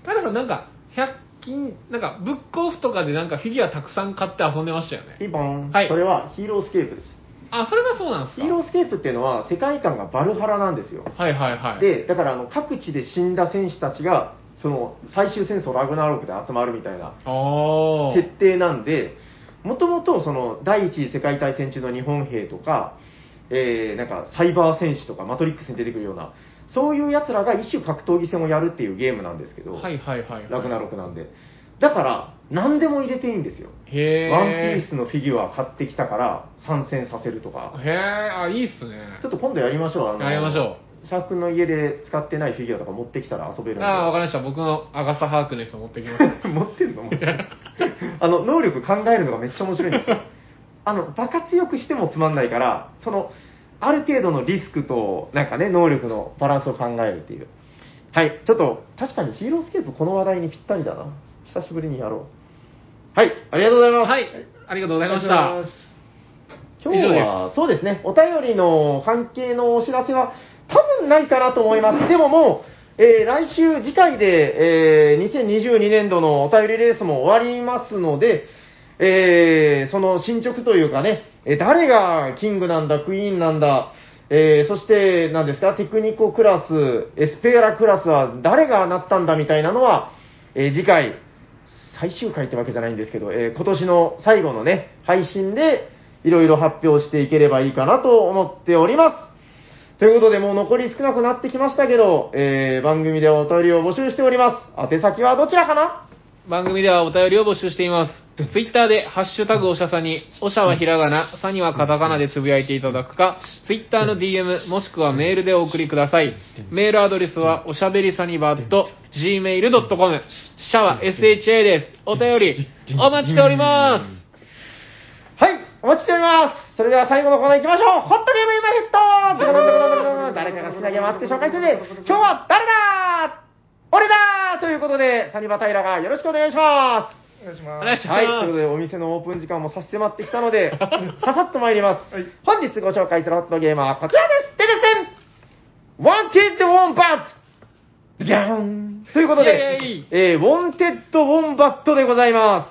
タラさん、なんか、100均、なんか、ブックオフとかでなんかフィギュアたくさん買って遊んでましたよね。ピンポン。はいそれはヒーロースケープです。あ、それがそうなんですヒかーロースケープっていうのは世界観がバルハラなんですよ。はいはいはい。で、だからあの各地で死んだ戦士たちが、その最終戦争ラグナロクで集まるみたいなああ。設定なんで、もともとその第一次世界大戦中の日本兵とか、えーなんかサイバー戦士とかマトリックスに出てくるような、そういう奴らが一種格闘技戦をやるっていうゲームなんですけど、はいはいはいはい。ラグナロクなんで。だから、何でも入れていいんですよ。へえ。ワンピースのフィギュア買ってきたから参戦させるとか。へえ、あ、いいっすねちょ。っと今度やりましょう。あのやりましょシャークの家で使ってないフィギュアとか持ってきたら遊べるんで。ああ、わかりました。僕のアガサ・ハークネスを持ってきます。持ってんの もうあの、能力考えるのがめっちゃ面白いん ですよ。あの、バカ強くしてもつまんないから、その、ある程度のリスクと、なんかね、能力のバランスを考えるっていう。はい、ちょっと、確かにヒーロースケープこの話題にぴったりだな。久しぶりにやろう。はい、ありがとうございます。はい、ありがとうございましありがとうございたま。す今日は、そうですね、お便りの関係のお知らせは、多分ないかなと思います。でももう、えー来週、次回で、えー2022年度のお便りレースも終わりますので、えーその進捗というかね、えー誰がキングなんだ、クイーンなんだ、えーそして、何ですか、テクニコクラス、エスペーラクラスは誰がなったんだみたいなのは、えー次回、最終回ってわけじゃないんですけど、えー今年の最後のね、配信で、いろいろ発表していければいいかなと思っております。ということで、もう残り少なくなってきましたけど、えー番組ではお便りを募集しております。宛先はどちらかな番組ではお便りを募集しています。ツイッターで、ハッシュタグおしゃさに、おしゃはひらがな、さにはカタカナでつぶやいていただくか、ツイッターの DM、もしくはメールでお送りください。メールアドレスは、おしゃべりさにばっと、gmail.com、シャワ SHA です。お便り、お待ちしております。はい、お待ちしております。それでは最後のコーナー行きましょう。ホットゲームインマーケット誰かが好きなゲームを熱く紹介してて、今日は誰だ俺だということで、サニバタイラがよろしくお願いします。お願いしおま願いすしはい、ということまでお店のオープン時間も差し迫ってきたので、ささっと参ります。はい本日ご紹介するホットゲームはこちらですでででんワンテッド・ウォンバットギャーンということでイェイ、えー、ウォンテッド・ウォンバットでございます。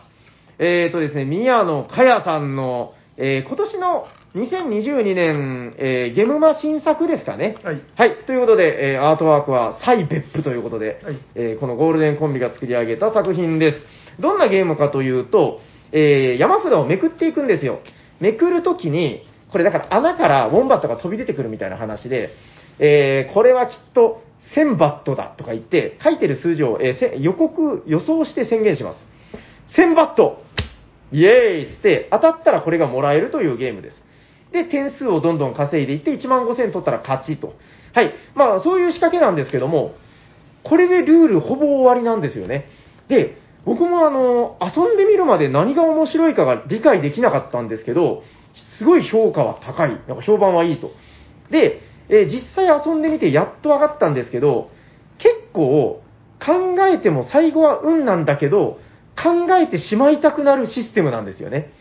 えーとですね、宮野佳代さんの、えー今年の2022年、えーゲムマ新作ですかね。はいはい、ということで、えーアートワークはサイベップということで、はいえーこのゴールデンコンビが作り上げた作品です。どんなゲームかというと、えー山札をめくっていくんですよ。めくるときに、これだから穴からウォンバットが飛び出てくるみたいな話で、えーこれはきっと1000バットだとか言って、書いてる数字を、えーせ予告、予想して宣言します。1000バットイエーイつって、当たったらこれがもらえるというゲームです。で、点数をどんどん稼いでいって、1万5000取ったら勝ちと。はい。まあ、そういう仕掛けなんですけども、これでルールほぼ終わりなんですよね。で、僕もあの、遊んでみるまで何が面白いかが理解できなかったんですけど、すごい評価は高い。なんか評判はいいと。で、えー実際遊んでみてやっと分かったんですけど、結構考えても最後は運なんだけど、考えてしまいたくなるシステムなんですよね。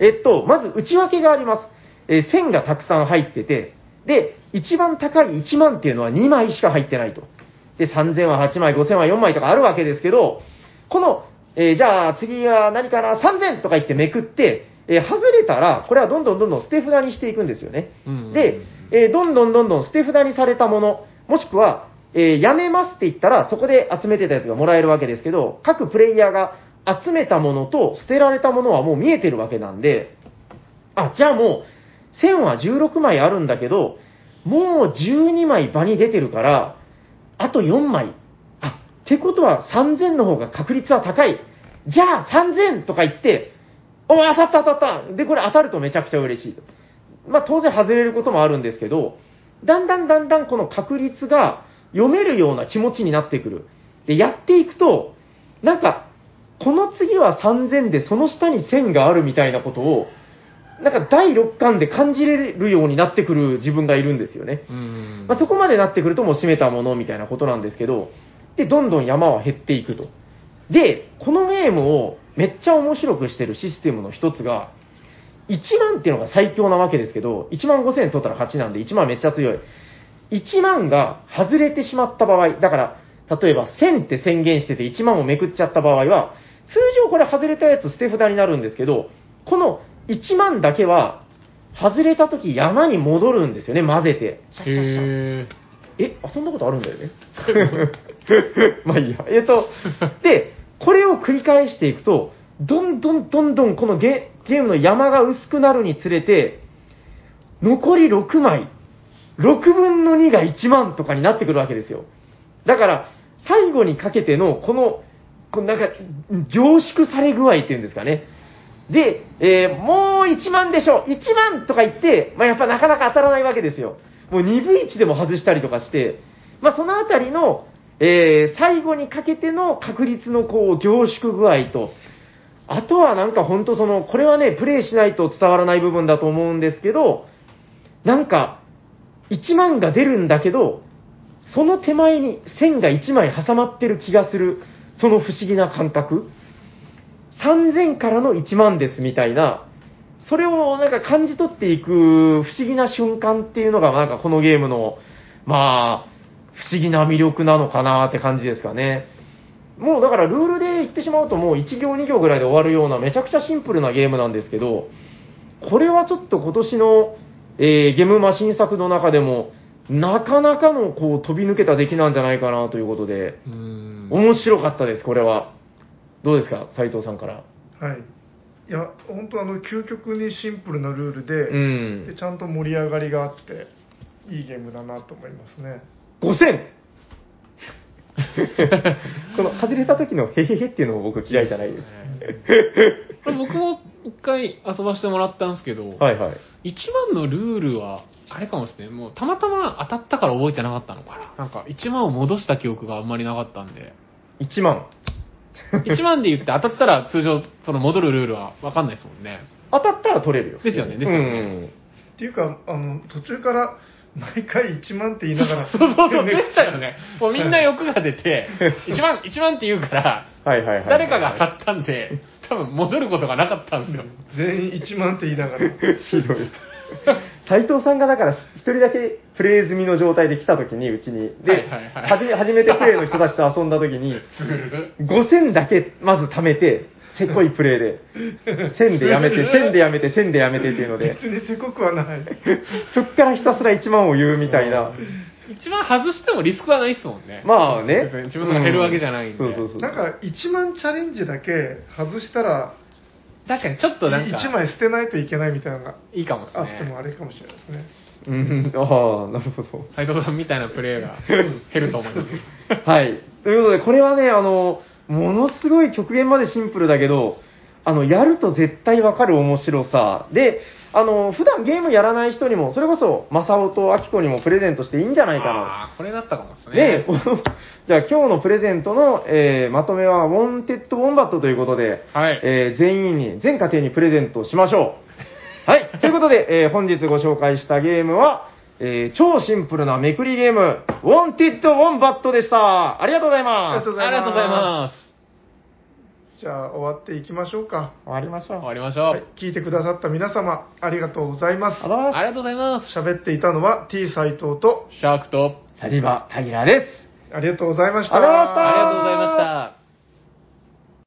えっと、まず内訳があります。えー線がたくさん入ってて、で、一番高い1万っていうのは2枚しか入ってないと。で、3000は8枚、5000は4枚とかあるわけですけど、この、えーじゃあ次は何かな、3000とか言ってめくって、えー外れたら、これはどんどんどんどん捨て札にしていくんですよね。うんうんうんで、えーどんどんどんどん捨て札にされたもの、もしくは、えーやめますって言ったら、そこで集めてたやつがもらえるわけですけど、各プレイヤーが集めたものと捨てられたものはもう見えてるわけなんで、あ、じゃあもう、線は16枚あるんだけど、もう12枚場に出てるから、あと4枚。あ、ってことは3000の方が確率は高い。じゃあ3000とか言って、お、当たった当たった。で、これ当たるとめちゃくちゃ嬉しいと。まあ当然外れることもあるんですけど、だんだんだんだんこの確率が読めるような気持ちになってくる。で、やっていくと、なんか、この次は3000でその下に1000があるみたいなことを、なんか第6巻で感じれるようになってくる自分がいるんですよね。うんまあ、そこまでなってくるともう閉めたものみたいなことなんですけど、で、どんどん山は減っていくと。で、このゲームをめっちゃ面白くしてるシステムの一つが、1万っていうのが最強なわけですけど、1万5000取ったら勝ちなんで1万めっちゃ強い。1万が外れてしまった場合、だから、例えば1000って宣言してて1万をめくっちゃった場合は、通常これ外れたやつ捨て札になるんですけど、この1万だけは、外れた時山に戻るんですよね、混ぜて。シャッシャッシャッへえ、あそんなことあるんだよね。 まあいいや。えっ と、で、これを繰り返していくと、どんどんどんどんこのゲゲームの山が薄くなるにつれて、残り6枚、6分の2が1万とかになってくるわけですよ。だから、最後にかけての、この、このなんか、凝縮され具合っていうんですかね。で、えーもう1万でしょ !1 万とか言って、まあ、やっぱなかなか当たらないわけですよ。もう2分1でも外したりとかして、まあ、そのあたりの、えー最後にかけての確率のこう、凝縮具合と、あとはなんか本当その、これはね、プレイしないと伝わらない部分だと思うんですけど、なんか、1万が出るんだけど、その手前に線が1枚挟まってる気がする、その不思議な感覚。3000からの1万ですみたいな、それをなんか感じ取っていく不思議な瞬間っていうのが、なんかこのゲームの、まあ、不思議な魅力なのかなって感じですかね。もうだからルールで言ってしまうともう1行2行ぐらいで終わるようなめちゃくちゃシンプルなゲームなんですけど、これはちょっと今年の、えーゲームマシン作の中でも、なかなかのこう飛び抜けた出来なんじゃないかなということで、ーうん面白かったです、これは。どうですか、斉藤さんから。はいいや本当あの究極にシンプルなルールで,、うでんちゃんと盛り上がりがあっていいゲームだなと思いますね5000 この外れた時のへへへっていうのも僕嫌いじゃないです。これ僕も一回遊ばしてもらったんですけど、 はいはい。一番のルールは、あれかもしれない。もう、たまたま当たったから覚えてなかったのかな。なんか、1万を戻した記憶があんまりなかった んで。 1万。 1万で言って当たったら、通常、その戻るルールはわかんないですもんね。当たったら取れるよ。ですよねですよっねていうかあの途中から毎回1万って言いながら そうそうそう、でしたよね。もうみんな欲が 出て、1万、1万って言うから、うん。はいはいはい。誰かが当たったんで、多分戻ることがなかったんですよ。全員1万って言いながら ひどい。斉藤さんがだからし一人だけプレイ済みの状態で来た時にうちに、はでいはいはい、初め初めてプレイの人たちと遊んだ時に、ぐるぐる5000だけまず貯めて、せっこいプレイで、1000でやめて、1000でやめて、1000でやめてっていうので、別にせこくはないそっからひたすら1万を言うみたいな。一番外してもリスクはないですもんね。まあね別に。自分のが減るわけじゃないんで。うんそうそうそう。なんか1万チャレンジだけ外したら確かにちょっとなんか、 1枚捨てないといけないみたいなのがいいかもですあってもあね。れかもしれないですねうん、ああ、なるほど。斉藤さんみたいなプレー が減ると思います。はい。ということで、これはね、あの、ものすごい極限までシンプルだけど、あの、やると絶対わかる面白さ。で、あの、普段ゲームやらない人にも、それこそ、正雄と明子にもプレゼントしていいんじゃないかな。ああ、これだったかもですね ね。、じゃあ今日のプレゼントの、えーまとめは、ウォンテッド・ウォンバットということで、はいえー全員に、全家庭にプレゼントしましょう。はい、 ということで、えー本日ご紹介したゲームは、えー超シンプルなめくりゲーム、ウォンテッド・ウォンバットでした。ありがとうございまありがす。とうございますありがとうございます。じゃあ終わっていきましょうか、終わりましょう。終わりましょう。はい、聞いてくださった皆様ありがとうございますありがとうございまありがとうございます。喋っていたのは T 斎藤とシャークと、す。サリバ・タイラです。ありがとうございましたありがとうございましたありがとうございました。